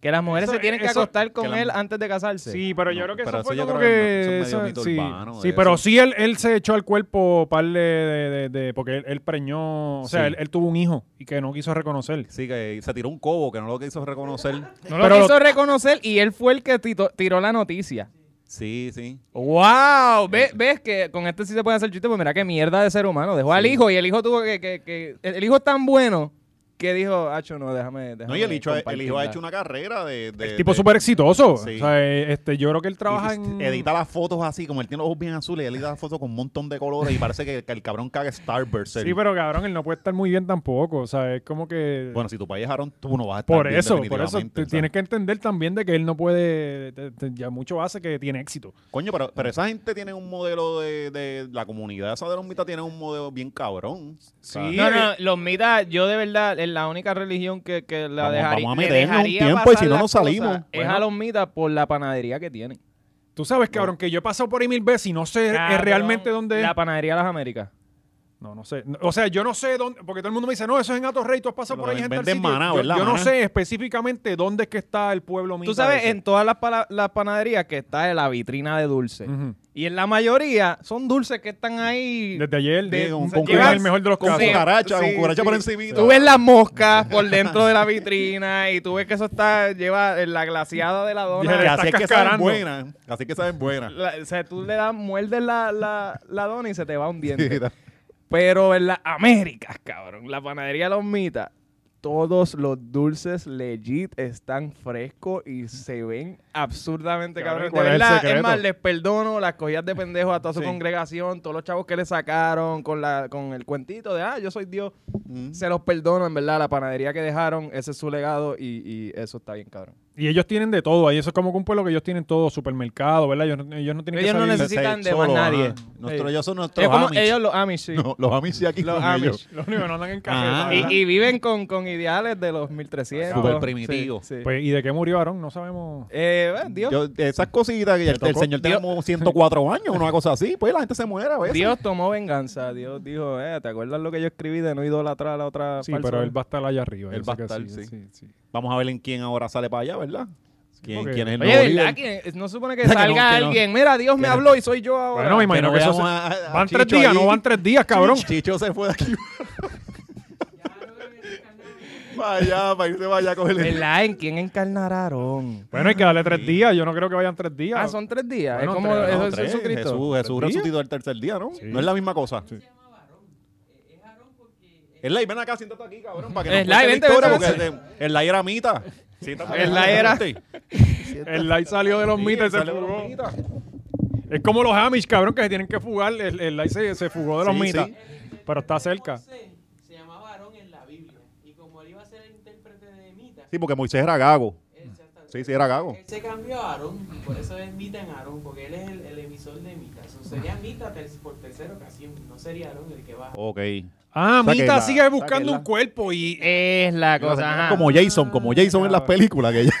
que las mujeres
Eso-
se tienen que
eso-
acostar con
que las-
él antes de casarse.
Sí, pero yo
No,
creo que
pero
eso fue
eso yo
como
creo que
que...
no- eso
eso-
es medio mito
sí,
urbano
sí,
de
pero
eso.
sí él, él se echó al cuerpo parle de, de- de- porque él, él preñó, o sea,
Sí.
él, él tuvo un hijo y que no quiso reconocer.
sí, que se tiró un cobo, que no lo quiso reconocer.
No lo
Pero-
quiso reconocer y él fue el que tito- tiró la noticia.
Sí, sí.
¡Wow! Ve- ¿Ves que con este sí se puede hacer chiste? Pues mira qué mierda de ser humano. Dejó al hijo y el hijo tuvo que... que- que- el, el hijo es tan bueno que dijo, Acho, no, déjame... déjame
No, y el hicho- el hijo, ha
compartirla".
hecho una carrera de... de-
El tipo
de-
súper exitoso.
Sí.
O sea, eh, este, yo creo que él trabaja
y-
en...
Edita las fotos así, como él tiene los ojos bien azules, él edita las fotos con un montón de colores y parece que, que el cabrón caga Starburst.
Sí,
él.
pero cabrón, él no puede estar muy bien tampoco. O sea, es como que...
Bueno, si tu país es Aarón, tú no vas a estar
por
bien
eso, por eso.
definitivamente,
tú
o sea.
Tienes que entender también de que él no puede... te- te- ya mucho hace que tiene éxito.
Coño, pero, pero esa gente tiene un modelo de, de la comunidad, esa de los mitas tiene un modelo bien cabrón. Sí,
No, no, los mitas, yo de verdad, es la única religión que, que la
Vamos-
dejaría.
vamos a
le
meternos un
dejaría
tiempo y
pasar
si no,
las
nos salimos.
cosas, Es
Bueno.
a los mitas por la panadería que tienen.
Tú sabes, cabrón, que yo he pasado por ahí mil veces y no sé eh,
Cabrón,
realmente dónde...
La
es.
panadería de las Américas.
No, no sé. No, O sea, yo no sé dónde... Porque todo el mundo me dice, no, eso es en Atorrey, tú has pasado
Pero
por ahí en
venden
tal sitio.
maná,
yo,
¿verdad,
yo no
maná?
sé específicamente dónde es que está el pueblo mío.
Tú sabes, en todas las, pala- las panaderías que está la vitrina de dulces.
Mm.
Y en la mayoría son dulces que están ahí.
Desde ayer.
de-
sí,
con-
un-
con
llevas-
cuidado.
el mejor de los
con
casos.
Sí.
cucaracha,
Sí,
con cucaracha
sí.
por encima.
Tú ves las moscas por dentro de la vitrina y tú ves que eso está, lleva en la glaciada de la dona.
Ya,
que
le
así es
estás
que saben
cascarando.
buena. Así que saben <laughs> buena.
La- o sea, tú le das, muerdes la, la, la dona y se te va un diente.
Sí, da-
Pero en las Américas, cabrón, la panadería Los Mitas, todos los dulces legit están frescos y se ven absurdamente
Cabrón,
cabrón.
¿cuál
de
es el
verdad, es
secreto?
más, les perdono las cogidas de pendejo a toda su
Sí.
congregación, todos los chavos que le sacaron con, la, con el cuentito de, ah, yo soy Dios.
Mm.
Se los perdono, en verdad, la panadería que dejaron, ese es su legado y, y eso está bien, cabrón.
Y ellos tienen de todo. Ahí eso es como que un pueblo que ellos tienen todo, supermercado, ¿verdad? Ellos, no- ellos no tienen
Ellos
que
no
salir.
necesitan-
Sí,
de más
solo,
nadie.
ajá. Nuestro-
Sí.
Ellos son
Es
nuestros
como
Amish.
ellos los Amish, sí.
<laughs> No, los Amish aquí
Los
son
Amish.
ellos.
Los únicos que no andan en
Ajá.
cajeta,
Y,
¿verdad?
y viven con, con ideales de los 1300.
Súper
primitivo.
Sí, sí.
Pues, ¿y de qué murió Aarón? No sabemos.
Eh, bueno, Dios,
Yo- esas cositas que el, el
tocó.
señor tiene
Dios.
como 104 años, una cosa así, pues la gente se muere a veces.
Dios tomó venganza. Dios dijo, eh, ¿te acuerdas lo que yo escribí de no idolatrar a la otra
Sí,
falsa?
pero él va a estar allá arriba.
Él
yo
va
sé
a
que
estar, sí.
sí, sí.
Vamos a ver en quién ahora sale para allá, ¿verdad? ¿Quién,
porque-
quién es el nuevo
Oye, ¿verdad?
líder?
que <laughs> no supone
O
que
sea, que
salga
no, que no.
alguien. Mira, Dios me
Que no.
habló y soy yo ahora.
Bueno, me imagino
no
que eso
veamos
se-
a- a- a
Van tres
Chicho
días,
ahí.
no van tres días, cabrón.
<laughs> Chicho se fue
<laughs>
de aquí. para allá, para irse para allá a coger el...
¿Verdad? ¿En quién encarnaron?
Bueno, hay que darle tres días. Yo no creo que vayan tres días.
Ah, son tres días.
Bueno,
es como
tres,
es
No,
el
tres.
Jesucristo.
Jesús, Jesús
días?
resucitó el tercer día, ¿no? No es la misma cosa. Es la ven acá, siéntate aquí, cabrón, para que nos
Eli,
cuente la
vente,
historia,
vente,
porque el la era mita. Siéntate acá.
Eli era-
Sí,
El light salió de los mitas y se
sale de los
fugó.
mitas.
Es como los Amish, cabrón, que se tienen que fugar. El, el light se, se fugó de los
Sí,
mitas.
sí.
Pero está
Ah.
cerca.
Moisés se llamaba Aarón en la Biblia. Y como él iba a ser el intérprete de Mita,
Sí, porque Moisés era gago.
Mm.
él, se hasta-
Sí, sí, era gago.
él se cambió a Aarón. y Por eso es Mita en Aarón, porque él es el, el emisor de Mita. Eso sería
Ah.
Mita ter- por tercera ocasión. No sería Aarón el que baja.
Ok.
Ah,
O sea, que
Mita
la-
sigue
o sea,
buscando
que la-
un cuerpo y.
Es la cosa. ajá.
Como Jason, como Jason en las películas. Que ella...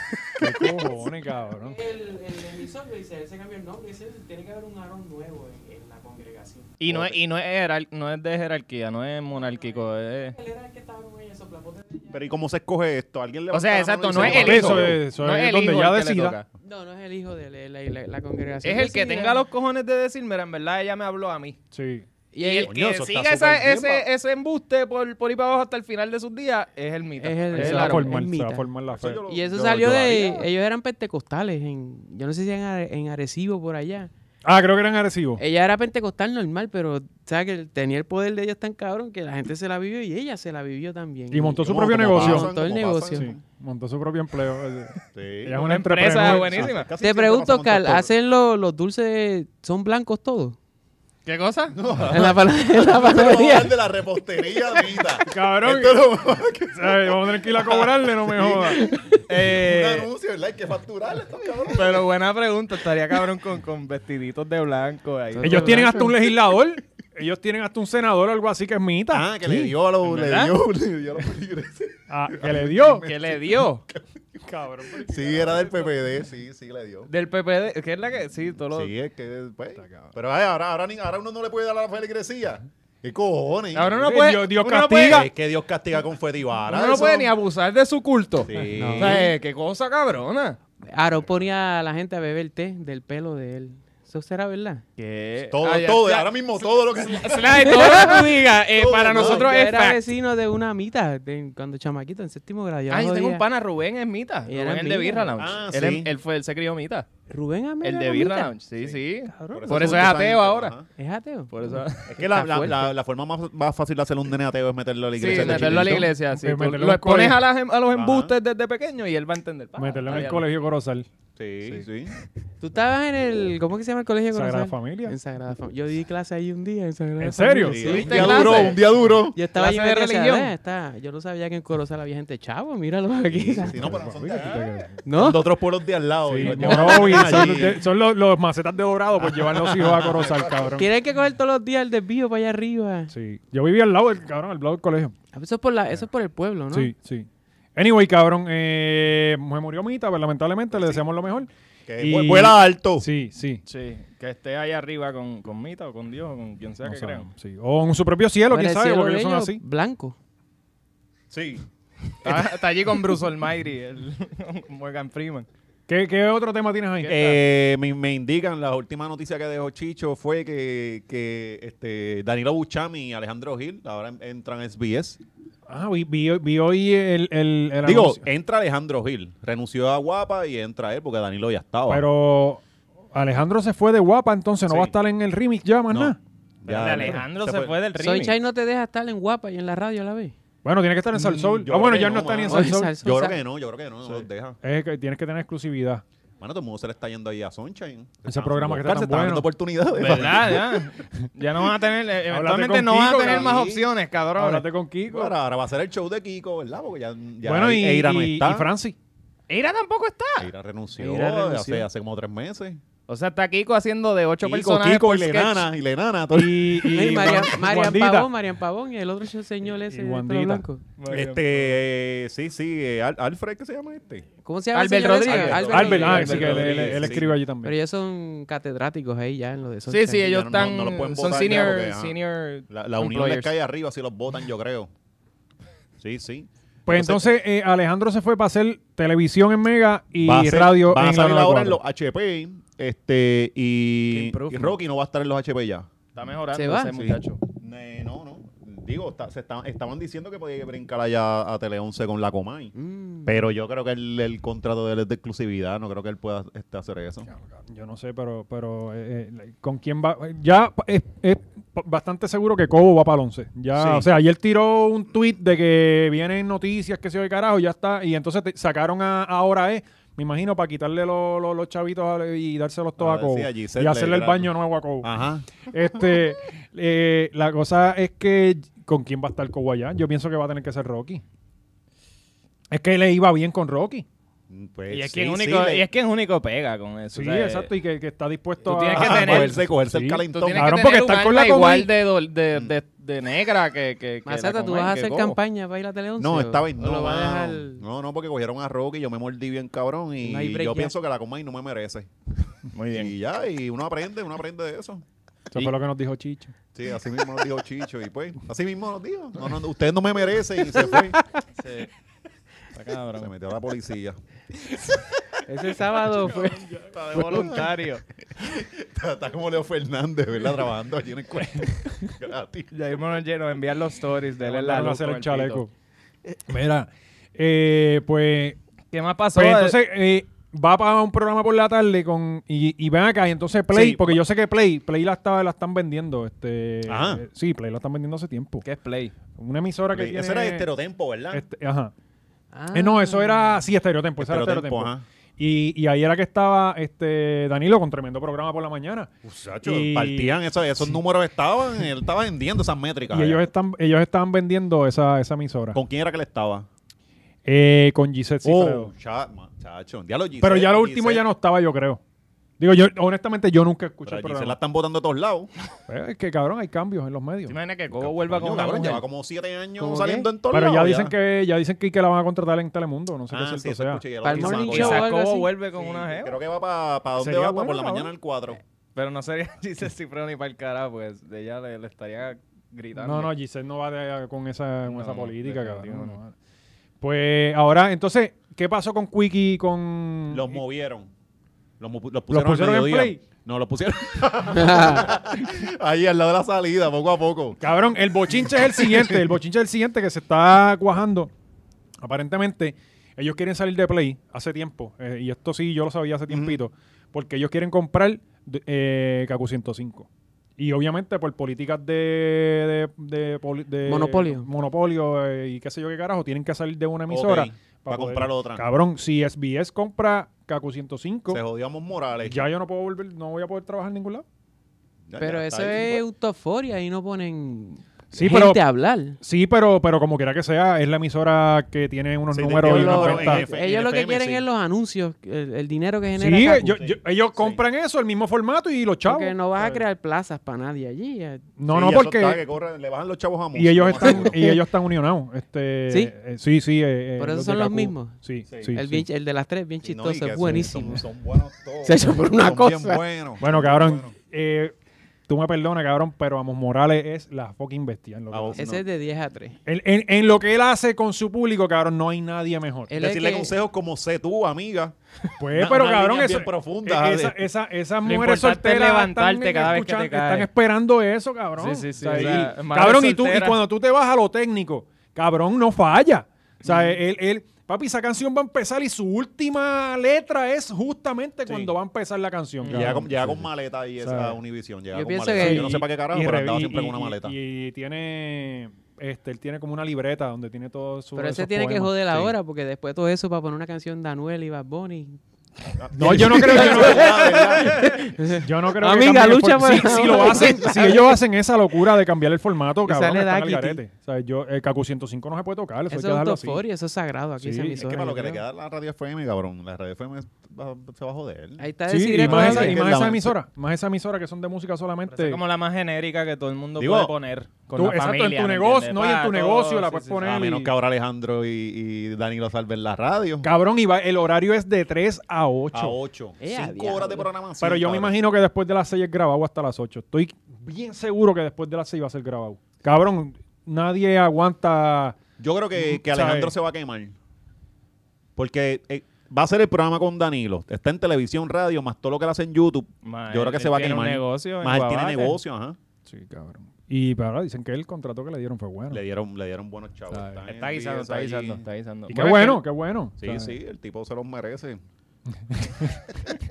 ¿Qué cojones, cabrón?
El, el emisor lo dice, él se cambió el nombre. Dice, tiene que haber un Aarón nuevo en, en la congregación.
Y, no es, y no, es jerar- no es de jerarquía, no es monárquico. Es...
Él era el que estaba con ella, soplapote de ella.
Pero ¿y cómo se escoge esto? ¿Alguien le
O sea,
levanta la mano
exacto,
y
no es
dice,
el
"No,
hijo.
Eso es, eso
no
es
es el
donde
hijo
ya
el que le
decida.
toca.
No, no es el hijo de la, la- la congregación.
Es el que
decide.
tenga los cojones de decir, mira, en verdad ella me habló a mí.
Sí.
Y el
Coño,
que
eso está
siga esa-
súper bien,
ese, ese embuste por, por ir para abajo hasta el final de sus días es el mito.
Es el-
Se va a
Claro,
formar,
es
se va a
mita.
formar la fe.
yo lo-
Y eso
yo-
salió
yo la
de.
vi".
Ellos eran pentecostales. En, yo no sé si en, Are- en Arecibo por allá.
Ah, creo que eran agresivos.
Ella era pentecostal normal, pero ¿sabes? que tenía el poder de ellos tan cabrón que la gente se la vivió y ella se la vivió también.
Y montó su
Como-
propio
como
negocio.
pasan,
Montó el
como pasan,
negocio.
Sí, montó su propio empleo.
Sí.
Ella es
Una empresa
entrepreneur. <laughs>
buenísima.
Casi
Te
siempre
pregunto,
pasan
Carl,
tantos- <laughs>
¿hacen lo- los dulces, son
<laughs>
blancos todos?
¿Qué cosa?
En la, pala- en la
Vamos a hablar
panadería.
de la repostería,
<laughs>
vida.
Cabrón.
Esto es lo que
Ay, Vamos a tener que ir a cobrarle, no me jodas.
un
<laughs> Eh,
anuncio, ¿verdad? Hay que facturarle a estos cabrones.
pero buena pregunta. Estaría cabrón con, con vestiditos de blanco ahí.
Ellos tienen hasta un legislador. Ellos tienen hasta un senador o algo así que es mita.
Ah, que le dio a los, le
¿Verdad?
dio, <laughs> le dio a los feligreses.
Ah, que le
<laughs>
dio.
¿Qué le dio?
Cabrón.
Sí, era del PPD, sí, sí le dio.
Del PPD. ¿Qué es la que...? Sí, todos los...
Sí, es que pues, Pero ay, ahora, ahora, ni- ahora uno no le puede dar a la feligresía. ¿Qué cojones?
Ahora no
Sí,
puede...
Dios- Dios
uno no
castiga.
puede-
Es que Dios castiga con Fedivara.
Uno no puede ni abusar de su culto.
Sí.
O sea, eh, qué cosa cabrona.
Aarón ponía a la gente a beber té del pelo de él. ¿Eso será verdad?
¿Qué?
Todo, todo, ahora mismo todo lo que...
todo lo que tú
<laughs>
digas, eh,
Todo,
para
no,
nosotros
yo
es
era
fact.
vecino de una amita de- cuando chamaquito, en séptimo grado. Yo
Ah, yo
lo
tengo
jodía.
un pana, Rubén es Mita.
Y
Rubén
era
el de
Mita.
Birra Lounge.
Ah,
él,
sí.
es- él fue, él se crió Mita.
Rubén Amel
El de
era
Birra
amita.
Lounge. Sí, sí.
Cabrón.
Por eso es ateo ahora.
Ajá.
¿Es ateo?
Por eso.
Es que la,
Está
la-
fuerte.
la- la forma más, más fácil de hacer un nene ateo es meterlo a la
Sí,
iglesia. de
meterlo a la
chiquito.
iglesia. sí.
Eh,
Tú
meterlo en
lo
un
expones
colegio.
a, las em- a los
Ajá.
embustes desde pequeño y él va a entender. Pa,
Meterlo en el
está
colegio Corozal.
Sí, sí.
Tú estabas en el. ¿Cómo que se llama el colegio? de
Sagrada
Corozal?
Familia.
En Sagrada Familia. Yo di clase ahí un día en Sagrada
¿En serio?
Familia.
Sí.
Sí, Un
¿Viste
día
clase?
duro, un día duro.
Yo estaba allí
Clase de
metida, decía,
religión.
"Ve, está". Yo no sabía que en Corozal había gente chavo, míralo aquí.
Sí, no, pero son de,
¿No?
de otros pueblos de al lado.
Sí,
y-
Morovis, son,
allí.
de- son los, los macetas de dorado por llevar los hijos a
<laughs>
Corozal, cabrón.
Tienen que coger todos los días el desvío para allá arriba. Ah,
Sí. Yo vivía al lado del cabrón, al lado del colegio.
Eso es por, la, eso es por el pueblo, ¿no?
Sí, sí. Anyway, cabrón, eh, me murió Mita, pero lamentablemente le deseamos lo mejor.
Que
Y-
vuela alto.
Sí, sí.
Sí, que esté ahí arriba con, con Mita o con Dios o con quien sea
No
que
sabemos,
crean.
sí. O en su propio cielo,
Pero
quién
el
sabe,
cielo
porque
de
ellos son
ellos,
así.
Blanco.
Sí.
Está, está allí con Bruce Almighty, el, <laughs> con Morgan Freeman.
¿Qué, ¿Qué otro tema tienes ahí?
Eh, me, me indican, la última noticia que dejó Chicho fue que, que este, Danilo Buchami y Alejandro Gil ahora en- entran a SBS.
Ah, vi, vi- vi hoy el, el, el
Digo, eh,
anuncio.
entra Alejandro Gil. Renunció a Guapa y entra él porque Danilo ya estaba.
Pero Alejandro se fue de guapa, entonces no
Sí.
va a estar en el remix ya más
No.
nada.
Pero
Ya,
Alejandro se, fue, del ring.
Soy Chay no te deja estar en guapa y en la radio a la vez.
Bueno, tiene que estar en Sal Soul.
Mm, yo
Ah, bueno,
creo
ya
que
no,
no,
está ni en
mano.
Sal
Oye,
Soul.
Sal Soul,
Yo creo
Sal-
que no, yo creo que no, no los deja.
Es que tienes que tener exclusividad.
Bueno, todo el mundo se le está yendo ahí a Sunshine. Se
Ese
están
programa que
haciendo
está tan
buscar, se están
bueno.
dando oportunidades. <laughs>
¿Verdad? Ya. Ya no van a tener, eh, eventualmente
con
no van a
Kiko,
tener más
cabrón.
opciones, cabrón.
Háblate con Kiko.
Ahora, ahora va a ser el show de Kiko, ¿verdad? Porque ya, ya E-
bueno, y,
Eira no
y-
está.
y
<laughs>
Francis.
Ira tampoco está.
Eira renunció,
Eira renunció.
Hace, hace como tres meses.
O sea, está Kiko haciendo de ocho
Kiko,
personajes
Kiko
por
y
sketch.
Lenana. Y
<laughs>
Lenana. todo-
Y,
<laughs>
y,
Ey, Marian,
Juan-
Marian
Juandita.
Pavón, Marian Pavón y el otro señor ese de pelo
Juandita.
blanco.
Este, eh, sí, sí, eh, Al- Alfred, ¿qué se llama este?
¿Cómo se llama? el
Albert
señor ese?
Rodríguez.
Albert, ah,
Rodríguez.
sí, que él, él- él
Sí.
escribe allí
Pero
también.
ellos son catedráticos ahí ya en lo de
Sí,
Sunshine.
sí, ellos
no-
están.
no lo pueden
son
votar ya
senior.
porque, ajá.
senior
La, la unión les
employers.
cae arriba si los votan, yo creo. Sí, sí.
Pues entonces eh, Alejandro se fue para hacer televisión en Mega y
va a ser-
radio
van a
en la
salir
94.
ahora en los HP
Qué
este, y, y
improvement.
Rocky no va a estar en los HP ya.
Está mejorando
Se va.
ese
Sí.
muchacho.
Eh, no, no. Digo, está- se está- estaban diciendo que podía brincar allá a Tele 11 con la Comay.
Mm.
Pero yo creo que el, el contrato de él es de exclusividad. No creo que él pueda este, hacer eso.
Yo no sé, pero, pero eh, eh, con quién va. Ya es, es bastante seguro que Cobo va para el 11. Ya,
Sí.
O sea, ayer tiró un tweet de que vienen noticias, que se de carajo, ya está. Y entonces te- sacaron a, a ahora es, me imagino, para quitarle lo- lo- los chavitos a- y dárselos todos a
Ah,
Cobo.
sí, a
y
Giselle Ah.
hacerle el
Legrand.
baño nuevo a Cobo.
Ajá.
Este, <laughs> eh, la cosa es que con quién va a estar Cobo allá. Yo pienso que va a tener que ser Rocky. Es que le iba bien con Rocky.
Pues
Y es,
sí,
que es
sí,
único,
le-
y es que es único pega con eso.
Sí,
o sea, eh,
exacto, y que, que está dispuesto
tú
a...
tienes que
Ah,
tener-
cogerse, cogerse
Sí. Tú
el
Tú
calentón.
tienes
Cabrón,
que
porque
tener un
estar con la
alma igual
Comay.
de, dol- de, de, de negra que. que, que la
Maceta, tú
Comay,
vas a
que
hacer
Cobo.
campaña para ir a Tele 11.
No,
o-
esta vez
o
no.
lo va a dejar-
mano. No, no, porque cogieron a Rocky, yo me mordí bien cabrón y
No hay break
yo
ya.
pienso que la coma y no me merece.
Muy bien.
Y ya, y uno aprende, uno aprende de eso.
Eso fue lo que nos dijo Chicho.
Sí, así mismo nos dijo Chicho y pues, así mismo nos dijo. No, no, usted no me merece y se fue.
Está
Se
cabrón.
metió a la policía.
<laughs> Ese sábado fue.
Está de
<laughs>
voluntario.
Está, <laughs> está como Leo Fernández, ¿verdad? Trabajando allí en
<laughs>
el cuento. Gratis.
Ya mismo nos llenos enviar los stories de él en la
Mandaron a
luz
hacer
con
el
pito.
chaleco. Mira, eh, pues
¿Qué más pasó?
Pues entonces eh, va para un programa por la tarde con y, y ven acá y entonces Play,
Sí.
porque yo sé que Play, Play la, está, la están vendiendo. Este,
Ajá.
eh, sí, Play la están vendiendo hace tiempo.
¿Qué es Play?
Una emisora que tiene...
Ese era estereotempo, ¿verdad?
este, ajá.
Ah.
Eh, no, eso era... Sí, estereotempo. Ese era
Estereotempo,
estereotempo.
ajá.
Y, y ahí era que estaba este Danilo con tremendo programa por la mañana.
Muchachos,
Y-
partían eso- esos números estaban, él estaba vendiendo esas métricas.
Y
allá.
ellos están, ellos estaban vendiendo esa, esa emisora.
¿Con quién era que le estaba?
Eh, con Gisette Cifredo.
oh, cha- muchacho, ya lo Giselle,
Pero ya lo último
Giselle.
ya no estaba, yo creo. Digo, yo honestamente yo nunca escuché el
Pero a Giselle
programa.
la están botando a todos lados.
Pues, es que cabrón, hay cambios en los medios.
¿Te imaginas que Cobo vuelva con
Coño,
una
cabrón,
mujer?
lleva como siete años
¿Cómo
saliendo
qué?
en todos
Pero ya
lados,
dicen que ya dicen que, que la van a contratar en Telemundo, no sé
Ah,
qué
sí,
cierto
eso
sea.
escuché, ya lo
Para el
dicen,
morning
algo
show,
así.
algo
Quizás Cobo
así.
vuelve con una
Creo
jeva.
que va para pa dónde
Sería
va, pa-
bueno,
por la
cabrón.
mañana al 4.
Pero no sería <laughs> Giselle Cifrón y para el carajo, pues de ella le, le estaría gritando.
No, no, Giselle no va de- con esa, con
No,
esa
no,
política, cabrón.
definitivo no.
no. Pues ahora, entonces, ¿qué pasó con Quickie y con
Los
y-
movieron. Los, mu- los pusieron,
pusieron en
al mediodía.
play?
No, los
<laughs>
pusieron ahí al lado de la salida, poco a poco.
Cabrón, el bochinche es el siguiente, el bochinche es el siguiente que se está cuajando. Aparentemente, ellos quieren salir de Play hace tiempo, eh, y esto sí yo lo sabía hace tiempito, porque ellos quieren comprar de- eh, KQ 105. Y obviamente por políticas de, de- de poli- de-
Monopolio.
monopolio, eh, y qué sé yo qué carajo, tienen que salir de una emisora
Ok, pa' comprar otra.
Cabrón, si SBS compra KQ 105,
Se jodíamos Morales.
ya yo no puedo volver, no voy a poder trabajar en ningún lado.
Ya,
Pero
ya,
eso
está ahí,
es
pues.
eutoforia, ahí no ponen
Sí,
gente
pero-
a hablar.
Sí, pero, pero como quiera que sea, es la emisora que tiene unos
Sí, eh,
números
tiene
y una
unos
venta.
en F- en
Ellos lo que
FM,
quieren
sí.
es los anuncios, el, el dinero que genera.
Sí, eh,
Kaku.
yo- yo- ellos
Sí.
compran eso, el mismo formato y los chavos.
Porque no vas a crear plazas para nadie allí. eh.
No, no,
Sí, ya eso
porque...
está, que corran, le bajan los chavos a
Y ellos,
música, más
están,
seguro.
y ellos están unionados. Este,
¿Sí?
eh, sí, sí. eh, eh,
Por eso
de
son los
Kaku.
mismos.
Sí,
Sí.
sí,
el,
sí.
bien- el de las tres, bien
Sí, no, y
chistoso,
que
es
son-
buenísimo.
Son, son buenos todos.
Se echó por una
Son bien
cosa.
buenos.
Bueno,
Son
cabrón,
buenos.
eh, tú me perdonas, cabrón, pero Amos Morales es la fucking bestia. En lo, que
Ah,
hace.
vos-
Ese es de 10 a 3.
En- en- en lo que él hace con su público, cabrón, no hay nadie mejor.
Él es
Decirle
que-
consejos como sé tú, amiga.
Pues,
Una-
pero
unas
cabrón,
líneas
eso-
bien profundas,
eh, esa,
de-
esa- esas
Lo
mujeres
importante es
solteras
levantarte
están,
cada vez que te
escuchando-
caes.
están esperando eso, cabrón.
Sí, sí, sí,
O sea,
o
y-
sea, madre
cabrón, y, tú, y
soltera.
cuando tú te vas a lo técnico, cabrón, no falla. O sea, él, él- papi, esa canción va a empezar y su última letra es justamente cuando va a empezar la canción.
Y
cabrón.
Llega con, llega con maleta ahí esa
¿Sabes?
Univision. Llega
Yo
con
pienso
maleta.
que-
Yo no sé para qué carajo,
Y
pero
re-
andaba
y-
siempre con
y-
una maleta.
Y, y tiene, este, él tiene como una libreta donde tiene todo su.
Pero ese
esos
tiene que
poemas.
joder ahora, porque después de todo eso, para poner una canción de Anuel y Bad Bunny.
No, yo no creo que. yo no- Yo no creo que
Amiga,
cambie el
lucha
for-
por-
si, si lo hacen, si ellos hacen esa locura de cambiar el formato,
Que
cabrón,
sale
están al
Daquiti.
garete. O sea, yo, el KQ 105 no se puede tocar, eso,
Eso es
hay que dejarlo así.
autoforia, eso es sagrado aquí.
Sí,
esa
es que
Es que
emisora,
para lo
yo
que le
creo.
queda la radio FM, cabrón. La radio FM va- se va a joder.
Ahí está
Sí,
decir
y más, esa,
que
y
es
más
la-
esa emisora, más esa emisora que son de música
Esa es
solamente.
como la más genérica que todo el mundo
Digo,
puede poner. Con
tú-
la
exacto, en
familia,
tu
¿me
negocio,
entiendes?
no, y en
Pa'
tu
todo,
negoso la
sí,
puedes
sí,
poner.
A
y-
menos que ahora Alejandro y, y Danilo salven la radio.
Cabrón, y va, el horario es de 3 a 8.
A 8.
Eh,
5
diablo.
horas de programación.
Pero yo me
cabrón.
imagino que después de las 6 es grabado hasta las 8. Estoy bien seguro que después de las 6 va a ser grabado. Cabrón, nadie aguanta.
Yo creo que, que
¿Sabes?
Alejandro se va a quemar. Porque eh, va a ser el programa con Danilo. Está en televisión, radio, más todo lo que él hace en YouTube.
Ma,
yo creo que
él
se va a
tiene
quemar.
un negocio en
más él tiene
Guabate.
negocio, ajá.
Sí, cabrón. Y pero ahora dicen que el contrato que le dieron fue bueno.
Le dieron, le dieron buenos chavos.
¿Sabes?
Están en
Está guisando,
días
está
ahí.
guisando, está guisando.
Y qué bueno, qué bueno.
Sí,
O sea,
sí, el tipo se los merece.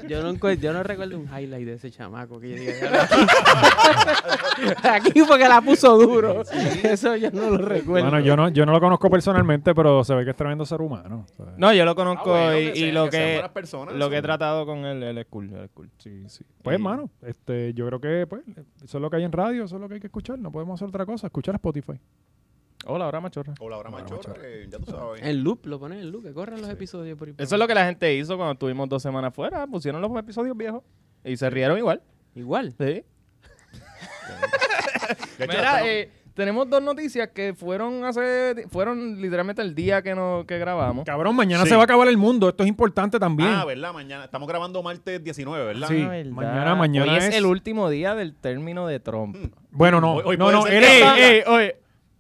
Yo no, encuer- yo no recuerdo un highlight de ese chamaco que yo diga,
<laughs>
"Diablo, <laughs> aquí, aquí fue que la puso duro. Eso yo no lo recuerdo.
Bueno, yo no, yo no lo conozco personalmente, pero se ve que es tremendo ser humano. o sea.
No, yo lo conozco
Ah, bueno,
y,
que
y
sea-
lo
que sean
que,
buenas personas,
lo que he
son-
tratado con él, él es cool, él es cool.
Pues,
Y-
hermano, este, yo creo que pues, eso es lo que hay en radio, eso es lo que hay que escuchar. No podemos hacer otra cosa, escuchar Spotify.
Hola, ahora machorra.
O Laura Machorra, que eh, ya tú sabes.
En loop, lo ponen en loop, que corran los episodios por ahí.
Eso es lo que la gente hizo cuando estuvimos dos semanas fuera. Pusieron los episodios viejos y se rieron igual.
Igual.
Sí.
De hecho,
Mira,
tenemos-
eh, Tenemos dos noticias que fueron hace fueron literalmente el día que no, que grabamos.
Cabrón, mañana
Sí.
se va a acabar el mundo. Esto es importante también.
Ah, ¿verdad? Mañana. Estamos grabando martes 19, ¿verdad? <laughs>
Sí.
Ah, ¿verdad?
mañana- mañana
Hoy es,
es-
el último día del término de
Mm.
Trump.
Bueno, no.
Hoy- hoy
no,
puede
no.
ser
él
que-
está-
Ey,
oye,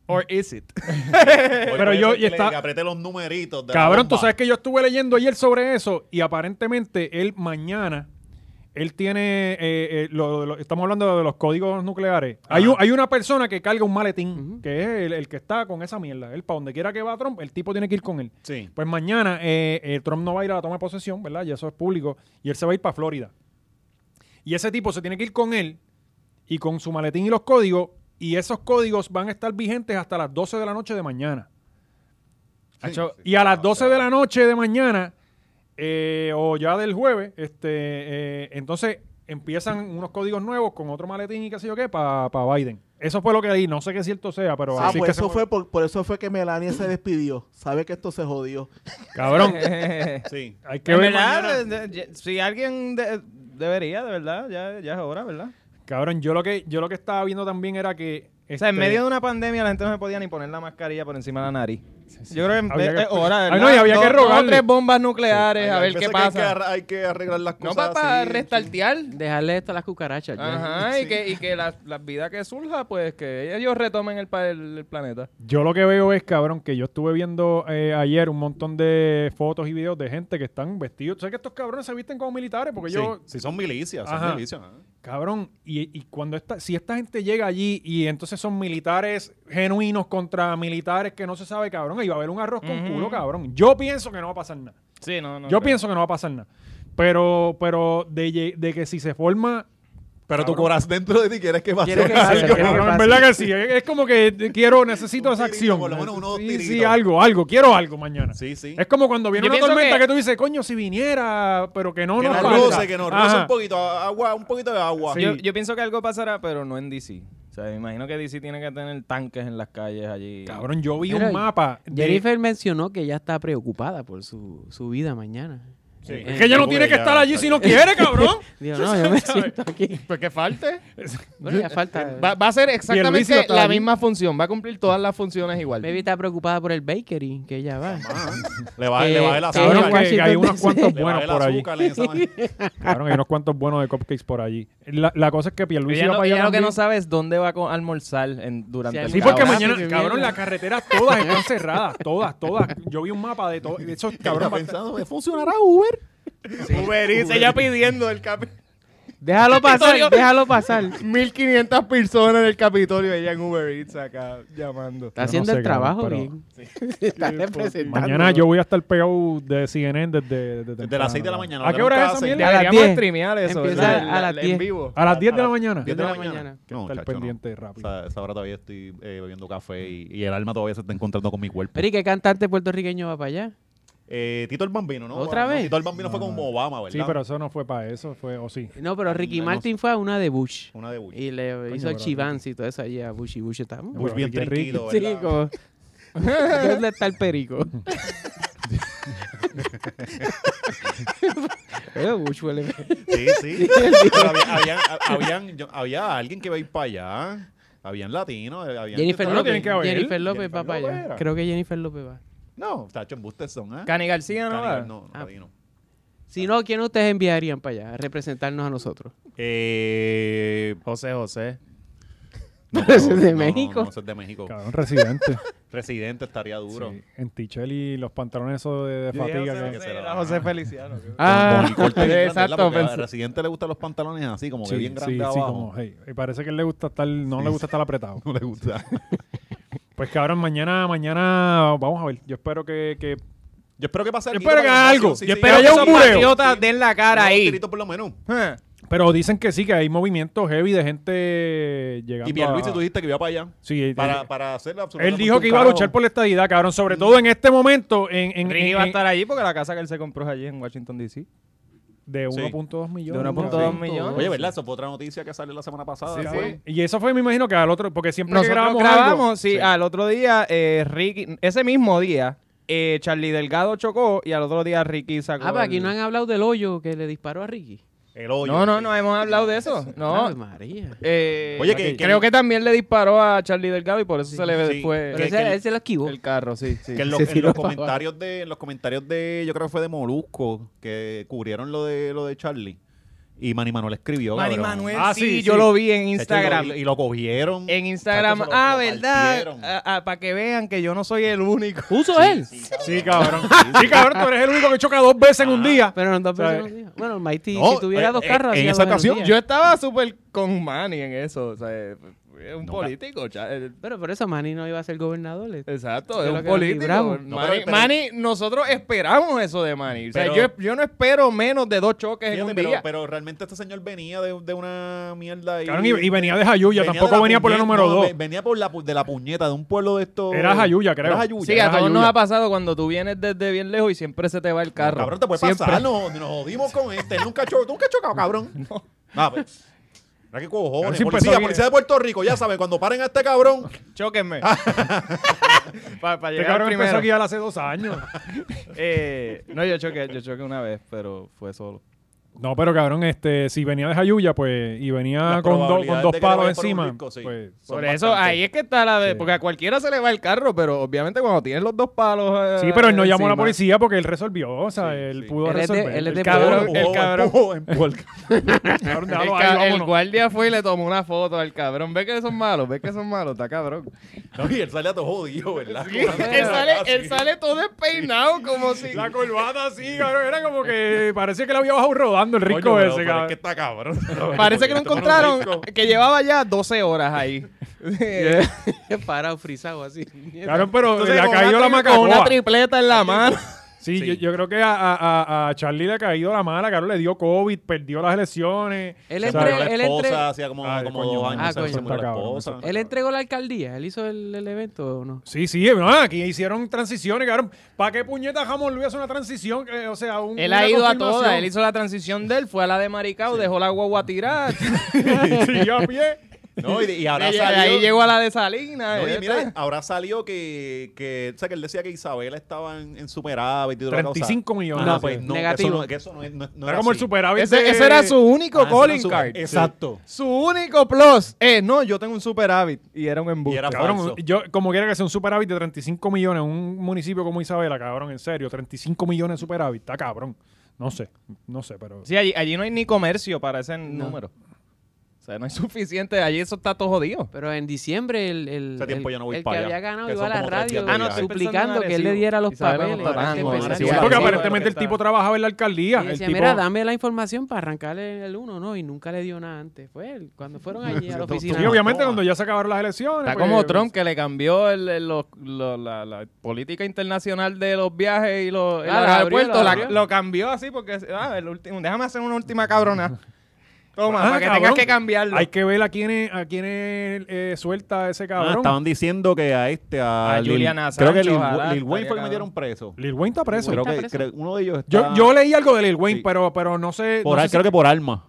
or is it?
Hoy
Pero
puede
yo-
ser que
y
le-
está-
que apriete los numeritos. de la
Cabrón, tú
bomba.
sabes que yo estuve leyendo ayer sobre eso y aparentemente él mañana, él tiene, eh, eh, lo- lo- estamos hablando de los códigos nucleares. Hay, un- hay una persona que carga un maletín, que es el, el que está con esa mierda. Él, para donde quiera que va Trump, el tipo tiene que ir con él.
Sí.
Pues mañana eh, eh, Trump no va a ir a la toma de posesión, ¿verdad? Ya eso es público. Y él se va a ir para Florida. Y ese tipo se tiene que ir con él y con su maletín y los códigos. Y esos códigos van a estar vigentes hasta las 12 de la noche de mañana.
Hacho,
Y a las 12 de la noche de mañana, eh, o ya del jueves, este, eh, entonces empiezan unos códigos nuevos con otro maletín y qué sé yo qué para Biden. Eso fue lo que leí. No sé qué cierto sea, pero
Ah,
así
pues
es que
eso
se-
fue por, por eso fue que Melania se despidió. Sabe que esto se jodió. <laughs>
Cabrón, <laughs>
Sí.
hay que
<laughs> En
ver
verdad,
mañana.
de- de- si alguien de- debería, de verdad, ya, ya es hora, ¿verdad?
Cabrón, yo lo que yo lo que estaba viendo también era que
O sea, en
este,
medio de una pandemia la gente no se podía ni poner la mascarilla por encima de la nariz. Yo creo que
Había
es
que-
es hora,
Ay,
¿verdad?
no, y había
Dos-
que
dos o
rogarle.
tres bombas nucleares a
Hay
ver
veces
qué
que hay que
pasa.
arra- Hay que arreglar las
No
cosas.
para, para
así.
restartear.
Dejarle esto a las cucarachas. ya.
Ajá, y que, y que las las vidas que surja, pues que ellos retomen el, pa- el- el planeta.
Yo lo que veo es, cabrón, que yo estuve viendo eh, ayer un montón de fotos y videos de gente que están vestidos. Sé que estos cabrones se visten como militares porque
Sí.
yo,
Sí, son milicias. Son
Ajá.
milicias. ¿eh? ajá.
cabrón, y, y cuando esta, si esta gente llega allí y entonces son militares genuinos contra militares que no se sabe, cabrón, ahí va a haber un arroz con
Ujú.
culo, cabrón. Yo pienso que no va a pasar nada.
Sí, no, no.
yo pienso que no va a pasar nada. Pero, pero de, lle- de que si se forma
Pero tu
Cabrón.
corazón dentro de ti quieres que pase.
Quiere que pase,
Yo,
quiere que
cabrón, en
pase.
verdad que sí. Es es como que quiero, necesito
Un
esa
tirito,
acción.
por lo menos unos
sí, sí,
tiritos.
algo, algo. Quiero algo mañana.
Sí, sí.
Es como cuando viene
Yo
una
pienso
tormenta que...
que-
tú dices, coño, si viniera, pero que no
que
nos
nos
falta.
roce, que nos roce
Ajá.
un poquito. a- Agua, un poquito de agua.
Sí.
Yo, yo pienso que algo pasará, pero no en DC. O sea, me imagino que DC tiene que tener tanques en las calles allí.
Cabrón, yo vi
Mira,
un mapa. de-
Jennifer mencionó que ella está preocupada por su, su vida mañana.
Sí.
Eh,
Es que ella no tiene que estar allí si no quiere, cabrón.
Digo, no,
<laughs>
yo
<laughs>
me siento aquí.
Pues que falte.
Bueno, ya falta.
<laughs> Va, va a ser
Pierluisi no
exactamente
está
la
allí.
misma función. Va a cumplir todas las funciones igual.
Baby
Le
está preocupada por el bakery que ella va.
Le baja
Eh,
le baja el azúcar.
Cabrón,
en
que- que hay
Washington,
unos
D.C.
cuantos
Le baja
buenos
el
por allí.
azúcar en esa man-
Cabrón, hay unos cuantos buenos de cupcakes por allí. La, la cosa es que Pierluisi
ella
va
lo,
para allá
ella lo que
también.
no sabe es dónde va a co- almorzar en, durante
Sí,
el
Sí,
Cabrón,
porque
caos.
mañana,
qué
cabrón,
mierda.
las carreteras todas están cerradas, todas, todas. Yo vi un mapa de todo, de esos
Cabrón,
cabrón. va-
pensando, ¿me funcionará Uber?
Uber Eats, ella pidiendo el cap-
Déjalo pasar, déjalo
<laughs>
pasar.
1500 personas en el Capitolio, ella en Uber Eats acá llamando.
Yo
Está
no
haciendo
sé, cabrón,
el trabajo
pero-
bien. Está representando.
Mañana yo voy a estar pegado de CNN desde, desde
Desde las
temprano.
6 de la mañana.
¿A qué hora es esa
Cada seis-
mierda? Ah.
A las
Deberíamos
10.
streamear eso.
Empieza
¿verdad?
a las
La-
10.
En vivo.
A las 10 de la mañana.
10
de la mañana.
Hay que estar
chacho,
pendiente
O
rápido.
sea, esa hora todavía estoy eh, bebiendo café y, y el alma todavía se está encontrando con mi cuerpo.
Pero ¿y qué cantante puertorriqueño va para allá?
Eh, Tito el Bambino, ¿no?
¿Otra
No,
vez?
Tito el Bambino fue como Obama, ¿verdad?
sí, pero eso no fue para eso, fue, o sí.
No, pero Ricky
No
Martin fue a una de Bush.
Una de Bush.
Y le hizo
pero
chivans y todo eso allí a Bush y Bush está...
Bush
Bush bien
Ricky, Ricky.
tranquilo,
Sí,
¿verdad?
como... ¿Dónde está el perico? Pero Bush huele...
Sí,
<laughs>
sí. Pero había, habían- habían- yo- había alguien que iba a ir para allá. Habían latinos. eh, Habían
Jennifer
no lo tienen
López.
que oír.
Jennifer López va
Jennifer
para
López
allá.
era.
Creo que Jennifer López va.
No, Tacho en Buster son, ¿eh?
Cani García no va.
Cani- no, no,
Ah.
latino.
Si no, ¿quién ustedes enviarían para allá a representarnos a nosotros?
Eh,
José José.
no,
Pero ese es de
no, no,
México.
No, ese es de México.
Cabrón, residente.
Residente estaría <laughs> duro.
Sí, En Tichel y los pantalones esos de, de fatiga. que-
José,
era
era
José
José
Feliciano.
Ah,
Con- con el corte bien grande,
exacto,
¿verdad? Porque
pensé-
al residente le gustan los pantalones así, como
Sí,
que bien
sí,
grande
sí,
abajo.
como, hey, y parece que él le gusta estar, no
Sí,
le gusta estar apretado.
<laughs> No le gusta.
Pues cabrón, mañana, mañana, vamos a ver. Yo espero que, que
Yo espero que
Yo
pase algo
espero que
para
haga
la
algo.
nación, sí,
Yo
sí.
espero que haya un
Sí,
bureo.
Patriotas, den la cara
unos
ahí.
tiritos por lo menos.
Huh.
Pero dicen que sí, que hay movimientos heavy de gente llegando
Y Pierluisi,
a-
tú dijiste que iba para allá.
Sí,
Para,
eh,
para hacer la
él dijo que iba a luchar por la estadidad, cabrón. Sobre todo en este momento en, en,
Ricky
en-
va a
en-
estar allí porque la casa que él se compró es allí en Washington, D.C.
de
Sí.
1.2 millones.
De 1.2
cabrón.
millones.
Oye, ¿verdad? Eso fue otra noticia que salió la semana pasada.
Sí,
cabrón.
sí. Y eso fue, me imagino, que al otro, porque siempre que
Nosotros
grabamos,
grabamos,
algo,
sí, al otro día, eh, Ricky, ese mismo día, eh, Charlie Delgado chocó y al otro día Ricky sacó.
Ah, pero
el-
aquí no han hablado del hoyo que le disparó a Ricky.
El hoyo.
No, no, no hemos hablado de
<laughs>
eso.
Ave
No.
María.
Eh,
Oye, que-
ok.
que-
creo que también le disparó a Charlie Delgado y por eso se le ve
sí.
después
Pero
que- que
ese,
el-
ese lo esquivó.
el carro, sí, sí.
Que en, los,
Se
en
tiró
los
para
comentarios de, en los comentarios de, yo creo que fue de Molusco, que cubrieron lo de lo de Charlie. Y Manny Manuel escribió.
Manny
cabrón.
Manuel,
Ah,
sí,
sí,
yo
sí.
lo vi en
Chacho, y lo-
Instagram.
Y lo, cogieron.
En Instagram,
Chacho, se lo-
ah,
lo
¿verdad? Ah,
partieron.
Para que vean que yo no soy el único.
¿Puso él?
Sí,
<laughs>
cabrón. Sí, cabrón, tú eres el único que choca dos veces en
Ah,
un día.
pues,
Pero no dos
¿Sabes?
personas. sí. Bueno, el Mighty,
No,
si tuviera
eh,
dos
eh,
carros,
en
hacía
esa
dos
ocasión,
un día.
Yo estaba súper con Manny en eso. O sea, es un
No,
político. cha- el-
Pero por eso Manny no iba a ser gobernador. eh.
Exacto,
Yo
es
lo
un
que nos
político.
libramos.
Manny,
No, pero- pero-
Manny, nosotros esperamos eso de Manny. O sea,
Pero-
yo, yo no espero menos de dos choques en
Fíjate,
un
pero,
día.
pero realmente este señor venía de, de una mierda ahí.
Cabrón, y, y venía de Jayuya,
Venía de
tampoco
la
venía por la
puñe-
número
no,
dos. Este
ve- Venía por la, pu- de la puñeta de un pueblo de estos.
Era Jayuya, creo.
Era Jayuya.
sí, a
era
todos nos
Jayuya.
ha pasado cuando tú vienes desde bien lejos y siempre se te va el carro.
Cabrón, te puede
Siempre.
pasar. No, nos jodimos con este. Él Nunca, cho- nunca ha chocado, cabrón.
<laughs>
No. Nada, pues. Mira qué
Pero
cojones.
sí empezó
policía,
bien.
policía de Puerto Rico, ya saben, cuando paren a este cabrón. <laughs>
Chóquenme. para
Este
llegar
cabrón empezó
primero.
aquí hace dos años.
Eh, no, yo choqué, yo choqué una vez, pero fue solo.
No, pero cabrón, este, si venía de Jayuya, pues, y venía
Las
con, do- con
probabilidades
dos
de que
palos
vaya por un
encima,
risco, sí.
pues,
Son
Por eso,
bastantes.
ahí es que está la de.
Sí.
Porque a cualquiera se le va el carro, pero obviamente cuando tienes los dos palos. eh,
Sí, pero él no llamó a la
encima.
policía porque él resolvió, o sea,
Sí,
él
sí.
pudo
Él es de-
resolver.
él es
<laughs>
de
cabrón,
pueblo. el cabrón.
empujó,
<laughs>
empujó el ca-
cabrón,
El,
déjalo
ca-
ahí,
el
vámonos.
guardia fue y le tomó una foto al cabrón. Ve que son malos, ve que son malos, está cabrón.
No, y él sale a todo jodido, ¿verdad?
él, sale, él sale todo despeinado, como si.
La corbata sí, cabrón, era como que parecía que le había bajado rodando el
Coño,
rico
pero-
ese,
pero
cabrón.
Es que está cabrón.
<laughs> Parece que lo
Este
encontraron, que llevaba ya 12 horas
<laughs>
ahí. <laughs>
<laughs> Parado, frisado, así.
Cabrón, pero
Entonces,
le ha
con
caído
una
la
tri- con Una
macacoa.
tripleta en la mano.
Sí, Yo, yo creo que a, a- a- a Charlie le ha caído la mala, cabrón, le dio COVID, perdió las elecciones.
Él
O sea,
Se murió
entre-
la
él
esposa, hacía como,
Ay,
como
coño,
dos
madre.
años.
Ah,
se- se
coño.
murió la
Está cabrón,
esposa.
eso
Él entregó la alcaldía, él hizo el, el evento o no.
Sí, sí, ah, aquí hicieron transiciones, cabrón. ¿Para qué puñeta Jamón Luis hace una transición? Eh, o sea, un,
Él
una
ha ido a
confirmación.
todas. Él hizo la transición de él, fue a la de Maricao, dejó la
<laughs>
guagua tirada.
Siguió a pie.
No, y, de- y ahora
Y <laughs>
salió...
ahí llegó a la de Salinas.
No, y
ya
mira,
está.
ahora salió que, que, o sea, que él decía que Isabela estaba en, en superávit y toda la cosa.
35 millones.
Ah,
No,
pues no,
negativo.
que eso no, que eso no, es- no, no
Era
era
como el
así.
superávit.
ese,
de-
ese era su único
Ah, ese
calling
era su-
card.
Exacto.
Su único plus es, Eh, no, yo tengo un superávit. Y era un embuste.
Y era
Cabrón,
falso.
yo, como quiera que sea un superávit de 35 millones, un municipio como Isabela, cabrón, en serio, 35 millones de superávit, está cabrón. No sé, no sé, pero.
Sí, allí, allí no hay ni comercio para ese
No.
número. O sea, no hay <laughs> suficiente. Allí eso está todo jodido.
Pero en diciembre el, el,
Ese tiempo
el-
yo no voy
el que
para allá,
había ganado
que
iba a
son
la
como tres días
radio
de viaje.
Estoy
suplicando
pensando en
que él le
Arecibo.
diera los
Isabela
papeles.
no está
para que
tan
con
empezara.
Arecibo.
Y
Sí,
Porque
sí,
aparentemente el
está.
tipo trabajaba en la alcaldía.
decía,
el tipo-
mira, dame la información para arrancarle el uno, ¿no? Y nunca le dio nada antes. Fue él, cuando
<laughs>
fueron allí a la
Tú- tú-
Sí,
oficina.
Toma,
obviamente
toma.
cuando ya se acabaron las elecciones.
Está
pues,
como Trump que le cambió el- el- los- lo- la, la política internacional de los viajes y los, y los
Ah, la abrió,
aeropuertos.
la
La-
abrió.
lo cambió así porque ah, el último, déjame hacer una última
<laughs>
cabrona. Toma,
Ah,
para que
cabrón.
tengas que cambiarlo.
Hay que ver a quién a quiénes, eh, suelta ese
Ah,
cabrón.
estaban diciendo que a este, a,
A
Lil-
Julian Assange,
Creo que Lil,
ojalá,
Lil Wayne
estaría
fue el que
cabrón.
metieron preso.
Lil Wayne está preso.
Creo
Está
que
preso.
creo- uno de ellos está...
Yo, yo leí algo de Lil Wayne,
Sí.
pero, pero no sé.
por,
no
al-
sé
Creo que por alma.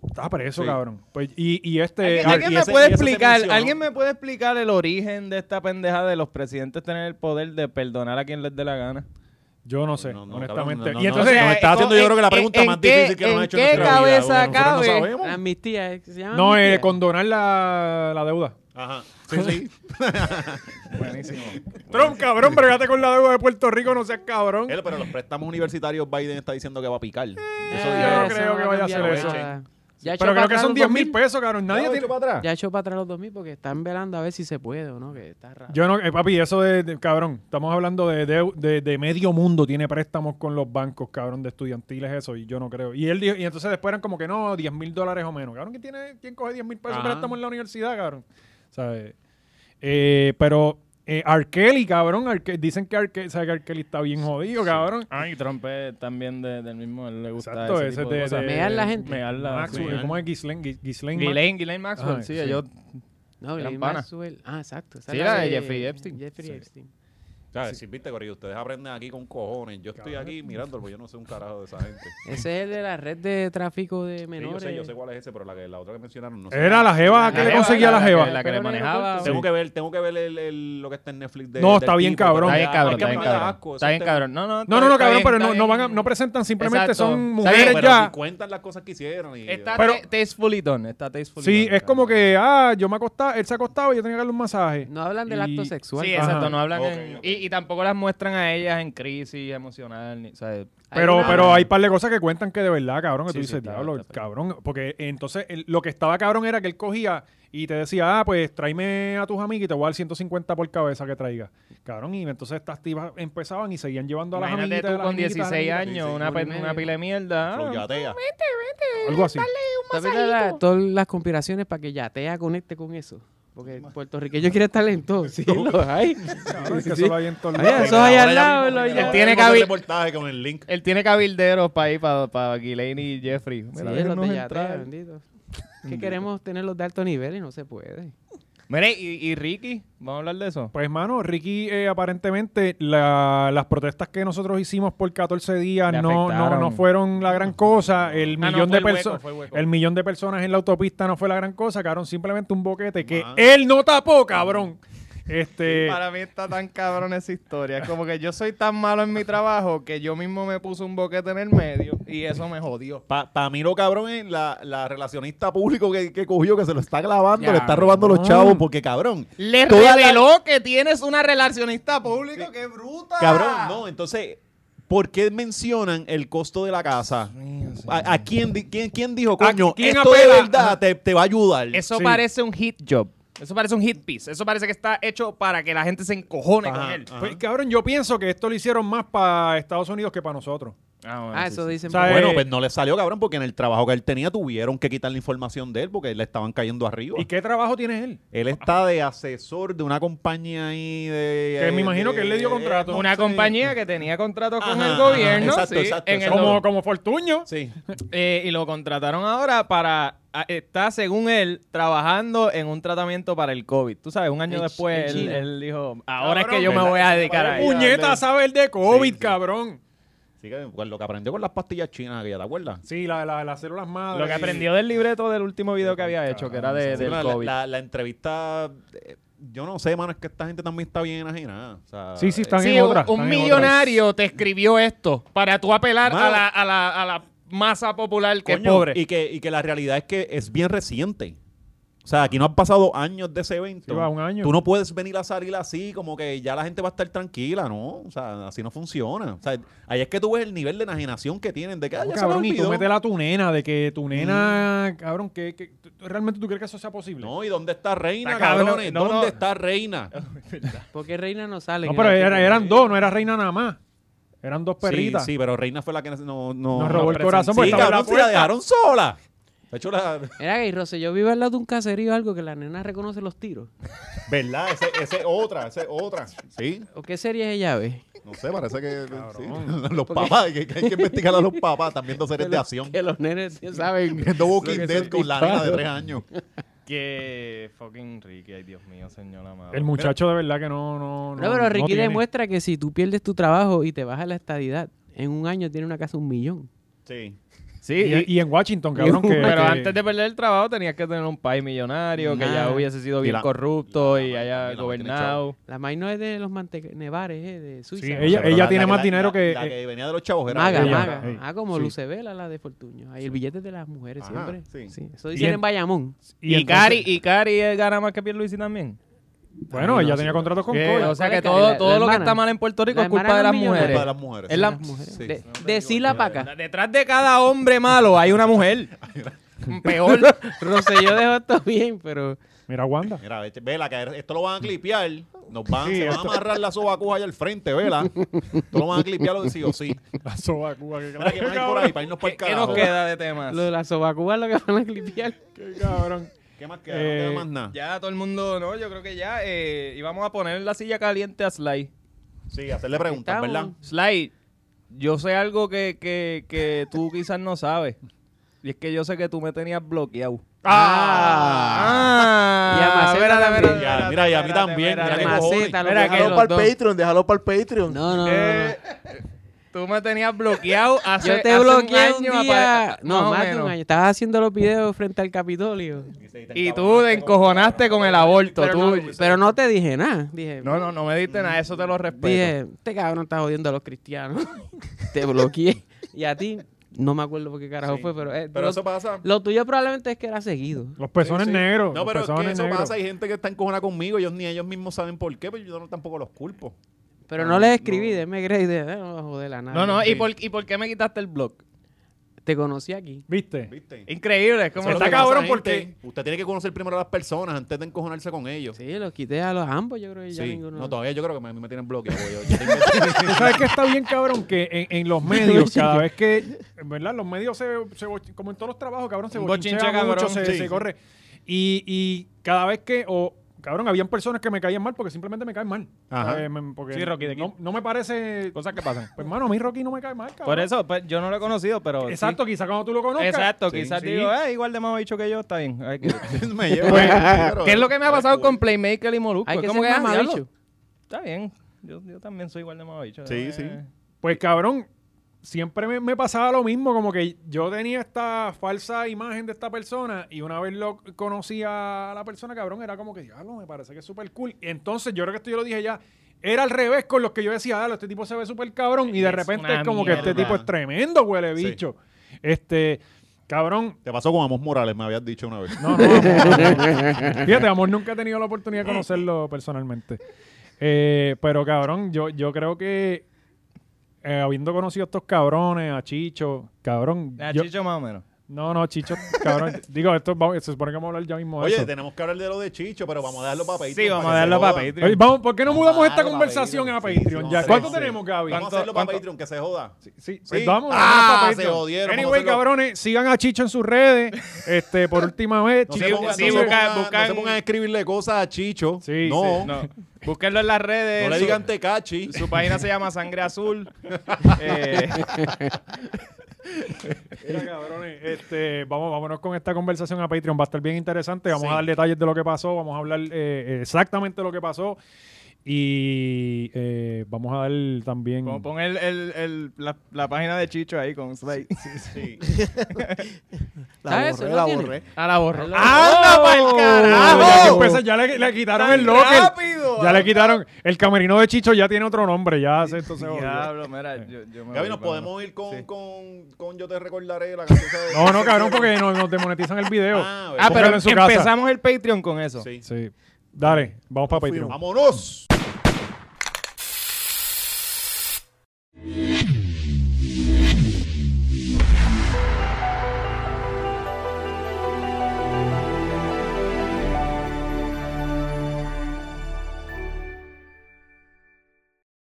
si está preso,
Sí.
cabrón. Pues, y, y este.
¿Alguien,
Ah,
alguien
y
me
ese-
puede
y ese se
explicar,
mencionó.
¿Alguien me puede explicar el origen de esta pendeja de los presidentes tener el poder de perdonar a quien les dé la gana?
Yo no sé,
No, no,
honestamente.
cabrón, no,
y
no,
entonces. eh,
no, nos está haciendo, yo
¿en-
creo que la pregunta
en-
más
en
difícil
qué-
que nos ha
en
hecho en
qué
nuestra vida,
cabeza
porque nosotros no
cabe?
sabemos.
La amnistía, ¿eh? ¿se llama
no, eh,
amnistía?
condonar la, la deuda.
Ajá. Sí, sí.
Buenísimo.
<laughs> Trump, cabrón, bregate con la deuda de Puerto Rico, no seas cabrón.
Él, pero los préstamos universitarios Biden está diciendo que va a picar. Eso
yo
Eh,
no
dijeron.
creo
eso
que
va
vaya a
cambiar
hacer
nada. pues, Ya echó
pero
para
creo que
atrás
son
los
10 mil
2000.
pesos, cabrón. Nadie
¿Ya
tiene.
echó para atrás?
Ya echó para atrás los 2000 porque están velando a ver si se puede o no, que está raro.
Yo no, eh, papi, eso de, de- cabrón, estamos hablando de, deu- de, de medio mundo tiene préstamos con los bancos, cabrón, de estudiantiles, eso, y yo no creo. Y él dijo, y entonces después eran como que no, 10 mil dólares o menos. Cabrón, ¿quién, tiene, quién coge 10 mil pesos
Ajá.
préstamos en la universidad, cabrón? ¿Sabes? Eh, pero eh, R. Kelly, cabrón, R. Ke- dicen que R. Kelly, ¿sabes que R. Kelly está bien jodido, cabrón?
Ay, Trump es también de- del mismo, a él le gusta
Exacto,
ese
ese
tipo de,
de-
cosas.
de-
Mear la gente.
Mear la-
Maxwell,
mear.
¿cómo es Ghislaine? Ghi- Ghislaine Max-
Ghislaine, Ghislaine Maxwell,
Ay,
sí,
sí.
ellos-
No,
Eran
Lee
panas.
Maxwell. Ah, exacto. esa
Sí,
es
la de Jeffrey Epstein.
Jeffrey
Sí.
Epstein.
¿Sabes? Sí, viste, Corillo, ustedes aprenden aquí con cojones. Yo estoy aquí mirándolo porque yo no sé un carajo de esa
<laughs>
gente.
Ese es el de la red de tráfico de
Sí,
menores.
yo sé, yo sé cuál es ese, pero la, que, la otra que mencionaron no sé.
Era la jeva
La
Ah, que le
jeva,
conseguía la
que-
jeva.
La que le
Pero en el
manejaba.
aeropuerto-
Tengo que ver, tengo que ver el, el- lo que está en Netflix de
No,
del
está bien
tipo,
cabrón.
pero
Está
ya-
bien cabrón,
es que
está
a mí
bien
me da
cabrón.
asco,
Está
esos
bien
temas.
cabrón. No, no,
No, no, no,
está
cabrón,
bien,
pero
está
no, no
bien.
van a- no presentan, simplemente
Exacto.
son
Está
mujeres
bien,
Pero
ya.
si cuentan las cosas que hicieron y...
Está
Pero-
te- tastefully done, está tastefully
Sí,
done,
es como
cabrón.
que, ah, yo me acostaba, él se acostaba y yo tenía que darle un masaje.
No hablan del
Y-
acto sexual.
Sí,
Ajá.
exacto, no hablan
Ok,
en-
ok.
Y, y tampoco las muestran a ellas en crisis emocional, ni, o sea,
Pero,
una-
pero hay par de cosas que cuentan que de verdad, cabrón, que
Sí,
tú
sí,
dices,
está-
diablo,
está-
cabrón. Porque entonces el- lo que estaba cabrón era que él cogía y te decía, ah, pues tráeme a tus amigos y te voy a dar 150 por cabeza que traiga. Cabrón, y entonces estas tipas empezaban y seguían llevando a las
imagínate
amiguitas,
tú
las
con
amiguitas, las
16
amiguitas.
años, una,
por
pe-
medio.
una pila de mierda. ah,
Floyatea.
Algo así.
¿Tú has visto la- todas las conspiraciones para que Yatea conecte con eso? Porque el puertorriqueño quiere estar lento. Sí, lo hay.
Cabrón, es que
Sí, sí.
eso lo hay en todos
Ay,
lados.
eso hay al
Ahora ya
lado,
mismo-
lo
ahora
hay al
ya
Tiene
lado.
mismo
que
hacer
haber-
reportaje con el link.
Él tiene cabilderos para ir para pa Ghislaine y Jeffrey.
Sí,
Mira,
es lo
déjenos
de
entrar.
Yatea, bendito. Que queremos tenerlos de alto nivel y no se puede.
Mira, y, y Ricky, vamos a hablar de eso.
Pues, mano, Ricky, eh, aparentemente la- las protestas que nosotros hicimos por 14 días
Le
no, no,
afectaron.
no fueron la gran cosa. El
Ah, no,
millón
fue
de
el hueco,
personas.
fue el hueco.
El millón de personas en la autopista no fue la gran cosa, cabrón. Simplemente un boquete que
Man.
él no tapó, cabrón. Este.
Para mí está tan cabrón esa historia. Es como que yo soy tan malo en mi trabajo que yo mismo me puse un boquete en el medio y eso me jodió.
Para mí lo cabrón es la, la relacionista público que, que cogió, que se lo está clavando, le está
Cabrón.
robando los chavos, porque cabrón.
Le
Toda la-
reveló que tienes una relacionista pública, qué
Ah.
bruta.
Cabrón, no, entonces, ¿por qué mencionan el costo de la casa? ¿A, a quién, di- quién, quién dijo, coño,
¿A quién
esto
apela?
de verdad te, te va a ayudar?
Eso
Sí.
parece un hit job. Eso parece un hit piece. Eso parece que está hecho para que la gente se encojone con
Ajá,
él.
ajá.
Pues, cabrón, yo pienso que esto lo hicieron más para Estados Unidos que para nosotros.
Ah, eso dicen.
O sea,
por-
eh,
Bueno, pues no le salió, cabrón, porque en el trabajo que él tenía tuvieron que quitar la información de él porque le estaban cayendo arriba.
¿Y qué trabajo tiene él?
Él está de asesor de una compañía ahí de...
Que me imagino
de-
que él le dio
de-
contrato.
Una
Sí.
compañía que tenía contrato con
Ajá,
el gobierno.
ajá, exacto,
sí,
exacto,
en el
exacto.
Como, como Fortuño.
Sí.
Eh, y lo contrataron ahora para. a- Está, según él, trabajando en un tratamiento para el COVID. Tú sabes, un año
En Chi-
después
en
él,
China.
él dijo: Ahora es
Cabrón,
que yo me
¿verdad?
voy a dedicar a ello.
Puñeta, sabe el de COVID,
Sí, sí.
cabrón.
Sí, que, pues, lo que aprendió con las pastillas chinas, que ya te acuerdas.
Sí, la, la- las células madres.
Lo que aprendió del libreto del último video que había hecho, que era de,
Ah, Sí,
del
la,
COVID.
la- la entrevista, eh, yo no sé, mano, es que esta gente también está bien ajena. O sea,
Sí, sí,
eh,
están
Sí,
en otra.
un
están en otra.
millonario te escribió esto para tú apelar a
Mano.
la, a la- a la masa popular que es
coño,
pobre.
Y que, y que la realidad es que es bien reciente. O sea, aquí no han pasado años de ese
Sí,
evento.
va, un año.
Tú no puedes venir a salir así, como que ya la gente va a estar tranquila, ¿no? O sea, así no funciona. O sea, ahí es que tú ves el nivel de enajenación que tienen, de que, ah,
No,
ya se me
cabrón, y tú
olvidó. Mm.
métela a tu nena, de que tu nena, cabrón, que, que- tú- tú- ¿realmente tú crees que eso sea posible?
No, ¿y dónde está Reina,
Está cabrón,
cabrones?
no,
¿Dónde
no.
está Reina?
Porque Reina no sale.
No,
en
pero
el
era-
artículo.
eran dos, no era reina nada más. Eran dos perritas.
Sí, sí, pero Reina fue la que no... no
Nos robó el
presentó.
corazón porque
Sí,
estaba en la
cabrón, si la
puerta.
dejaron sola. De hecho, la...
Era gay, Rose. Yo vivo al lado de un caserío o algo que la nena reconoce los tiros.
<laughs> ¿Verdad? Ese- Ese es otra, ese es otra. Sí,
¿O qué serie ella ve?
no sé, parece que... sí. <laughs> Los papás, que, que hay que investigar a los papás, están
<laughs>
viendo series de acción.
Que los nenes ya saben.
Viendo Walking
Lo que
Dead
son
con la nena de tres años.
Que fucking Ricky, ay Dios mío, señora madre.
El muchacho de verdad que no, no, no.
No, pero
no
Ricky
tiene.
demuestra que si tú pierdes tu trabajo y te bajas la estadidad, en un año tiene una casa un millón.
Sí.
Sí,
Y,
y-
y en
<laughs>
Washington, cabrón, que...
pero
que-
antes de perder el trabajo tenías que tener un país millonario, que ya
Nah.
hubiese sido
Y
bien
la-
corrupto
la- la-
y
la- la-
haya
la- la-
gobernado.
La May no es de los mantenevares, eh, de Suiza.
Sí,
¿no?
ella-
Pero
tiene más
que-
dinero que- eh,
La que venía de los chavos era...
Maga,
ella,
maga.
ey,
ah, como
sí.
Lucebela, la de Fortuño. Ahí el billete de las mujeres
Ajá,
siempre.
sí.
Sí, Eso dicen
en-
en Bayamón.
Y,
entonces-
Cari, y Cari eh, gana más que Pierluisi también.
Bueno,
Ay, no,
ella
sí,
tenía contratos con
Que,
Coy.
o sea que
¿Cuál es Cari?
todo,
La-
todo
la
lo que
hermana.
está mal en Puerto Rico
La
es culpa
hermana
de las
no es millonaria.
mujeres.
Para las mujeres.
Es
de
la-
las mujeres.
sí.
De, de Sila Paca.
Detrás de cada hombre malo hay una mujer. Peor.
Rosselló dejó esto bien, pero
Mira Wanda. <laughs>
Mira, vete- vela, que esto lo van a clipear. Nos van,
Sí,
se van a
esto-
amarrar la sobacuja allá al frente, vela. Esto lo van a clipear lo de sí o sí.
La soba Cuba,
<laughs>
que
Mira, que más hay por ahí para irnos para el
<laughs> ¿Qué, qué nos
carajo.
queda de temas?
lo de la sobacuba es lo que van a clipear.
Qué cabrón.
¿Qué más queda? No queda
Eh,
más nada.
Ya todo el mundo, no, yo creo que ya eh, íbamos a poner la silla caliente a Sly.
Sí, hacerle preguntas,
<laughs> Estamos-
¿verdad?
Sly, yo sé algo que, que, que tú quizás no sabes. Y es que yo sé que tú me tenías bloqueado.
¡Ah!
Y a Maceta
espérate,
también.
espérate,
Ya,
espérate,
mira, y a mí
espérate,
también, mira
espérate.
qué cojones.
Maceta, lo
Mira,
que
que
hagan
Déjalo
los
para el
dos.
Patreon, déjalo para el Patreon.
No, no, no, no.
Eh, Tú me tenías bloqueado hace,
Yo te
hace
bloqueé un
año,
día.
apare-
No,
o
más de
menos.
un año. Estabas haciendo los videos frente al Capitolio.
Y tú te encojonaste con el aborto.
Pero
tú.
no, pero no te dije nada. Dije,
no, no, no me diste nada, eso te lo respeto.
dije, este cabrón está jodiendo a los cristianos. <laughs> te bloqueé. Y a ti, no me acuerdo por qué carajo fue, pero, eh,
Pero
lo,
eso pasa.
lo tuyo probablemente es que era seguido.
Los pezones
Sí, sí.
negros. los
No, pero es que
pezones
eso
negros.
pasa. Hay gente que está encojona conmigo. Ellos ni ellos mismos saben por qué, pero yo no- tampoco los culpo.
Pero
Ah,
no les escribí,
no.
denme grace de, eh, no joder a nadie.
No, no, ¿y por, ¿y por qué me quitaste el blog?
Te conocí aquí.
¿Viste?
¿Viste?
Increíble, es como...
Eso es lo que
Está
pasa,
cabrón,
gente.
porque-
Usted tiene que conocer primero a las personas antes de encojonarse con ellos. Sí.
Sí, los quité a los ambos, yo creo que ya ninguno.
No, todavía yo creo que me, a mí me tienen bloqueado.
<laughs>
Yo, yo tengo-
Tú <laughs> sabes que está bien cabrón que en, en los medios, cada vez que, en ¿verdad? Los medios se, se boch- como en todos los trabajos, cabrón, se
Un
bochinchea
bochinche,
mucho,
cabrón,
se,
sí.
se corre. Y, y cada vez que, o, cabrón, habían personas que me caían mal porque simplemente me caen mal.
Ajá.
Eh, me- porque
Sí, Rocky, de aquí.
no, no me parece... Cosas que pasan. Pues, hermano, a mí Rocky no me cae mal, cabrón.
Por eso, pues, yo no lo he conocido, pero...
Exacto, quizá cuando tú lo
sí.
conozcas.
Exacto,
Sí,
quizás
sí.
digo, eh, igual de más bicho que yo, está bien. hay que-
me llevo. <laughs>
¿Qué es lo que me ha pasado con Playmaker y Molusco?
Hay que
Es
ser
como ah,
más
diablo,
bicho.
Está bien, yo, yo también soy igual de más bicho.
Sí,
eh.
sí.
Pues cabrón, siempre me, me pasaba lo mismo, como que yo tenía esta falsa imagen de esta persona y una vez lo conocí a la persona, cabrón, era como que, diablo, me parece que es súper cool. Entonces, yo creo que esto yo lo dije ya, era al revés con los que yo decía, diablo, este tipo se ve súper cabrón y de
Es
repente
una
es como que este
mierda.
tipo es tremendo, huele
Sí.
bicho. Este, cabrón,
Te pasó con Amos Morales, me habías dicho una vez.
no, no, amor, no. Fíjate, amor, nunca he tenido la oportunidad de conocerlo personalmente. Eh, pero cabrón, yo, yo creo que eh, habiendo conocido a estos cabrones, a Chicho, cabrón.
Ah,
yo-
Chicho más o menos.
No, no, Chicho, cabrón. digo, esto vamos- se supone que vamos a hablar ya mismo de
Oye,
eso.
tenemos que hablar de lo de Chicho, pero vamos a darlo para Patreon.
Sí, vamos
para
a
que
darlo
se
para
joda.
Oye,
Patreon.
vamos, ¿por qué no mudamos esta
Vamos a
conversación
darlo
a
pa'
Patreon?
Sí,
ya.
sí,
¿Cuánto
sí.
tenemos, Gaby?
Vamos a hacerlo para Patreon, que se joda.
Sí,
Sí.
pues vamos,
Ah,
vamos pa'
se
Patreon.
jodieron, vamos a
Anyway,
hacerlo.
cabrones, sigan a Chicho en sus redes. Este, por última vez.
No,
Chicho-
se pongan,
sí,
no se
busca-
pongan- no
buscan-
se pongan a escribirle cosas a Chicho.
Sí,
no,
sí,
no,
No, búsquenlo en las redes.
le
su-
<laughs>
digan tecachi.
Su página se llama Sangre
<laughs>
Azul. Eh,
Mira, cabrones, este, vamos, vámonos con esta conversación a Patreon. Va a estar bien interesante. Vamos
Sí.
a dar detalles de lo que pasó. Vamos a hablar eh, exactamente lo que pasó. Y eh, vamos a dar también.
pon pon el, el- el- la, la página de Chicho ahí con Slay.
Sí.
La
¿Sabes?
borré,
Eso
la
tiene.
borré.
A la borra.
Ah, ¡Anda
pa'l carajo!
Ya, que empezó, ya le, le quitaron el locker.
¡Rápido!
Ya le quitaron. El camerino de Chicho ya tiene otro nombre. Ya se, esto se jodió.
Diablo, mira, yo, yo me voy,
Gaby,
vámonos.
nos podemos ir con,
Sí.
con, con Yo te recordaré la canción de-
No, no, cabrón, porque nos, nos demonetizan el video.
Ah,
Ah,
Póngalo
pero
en su casa.
empezamos el Patreon con eso.
Sí.
Sí. Dale, vamos para Patreon.
¡Vámonos!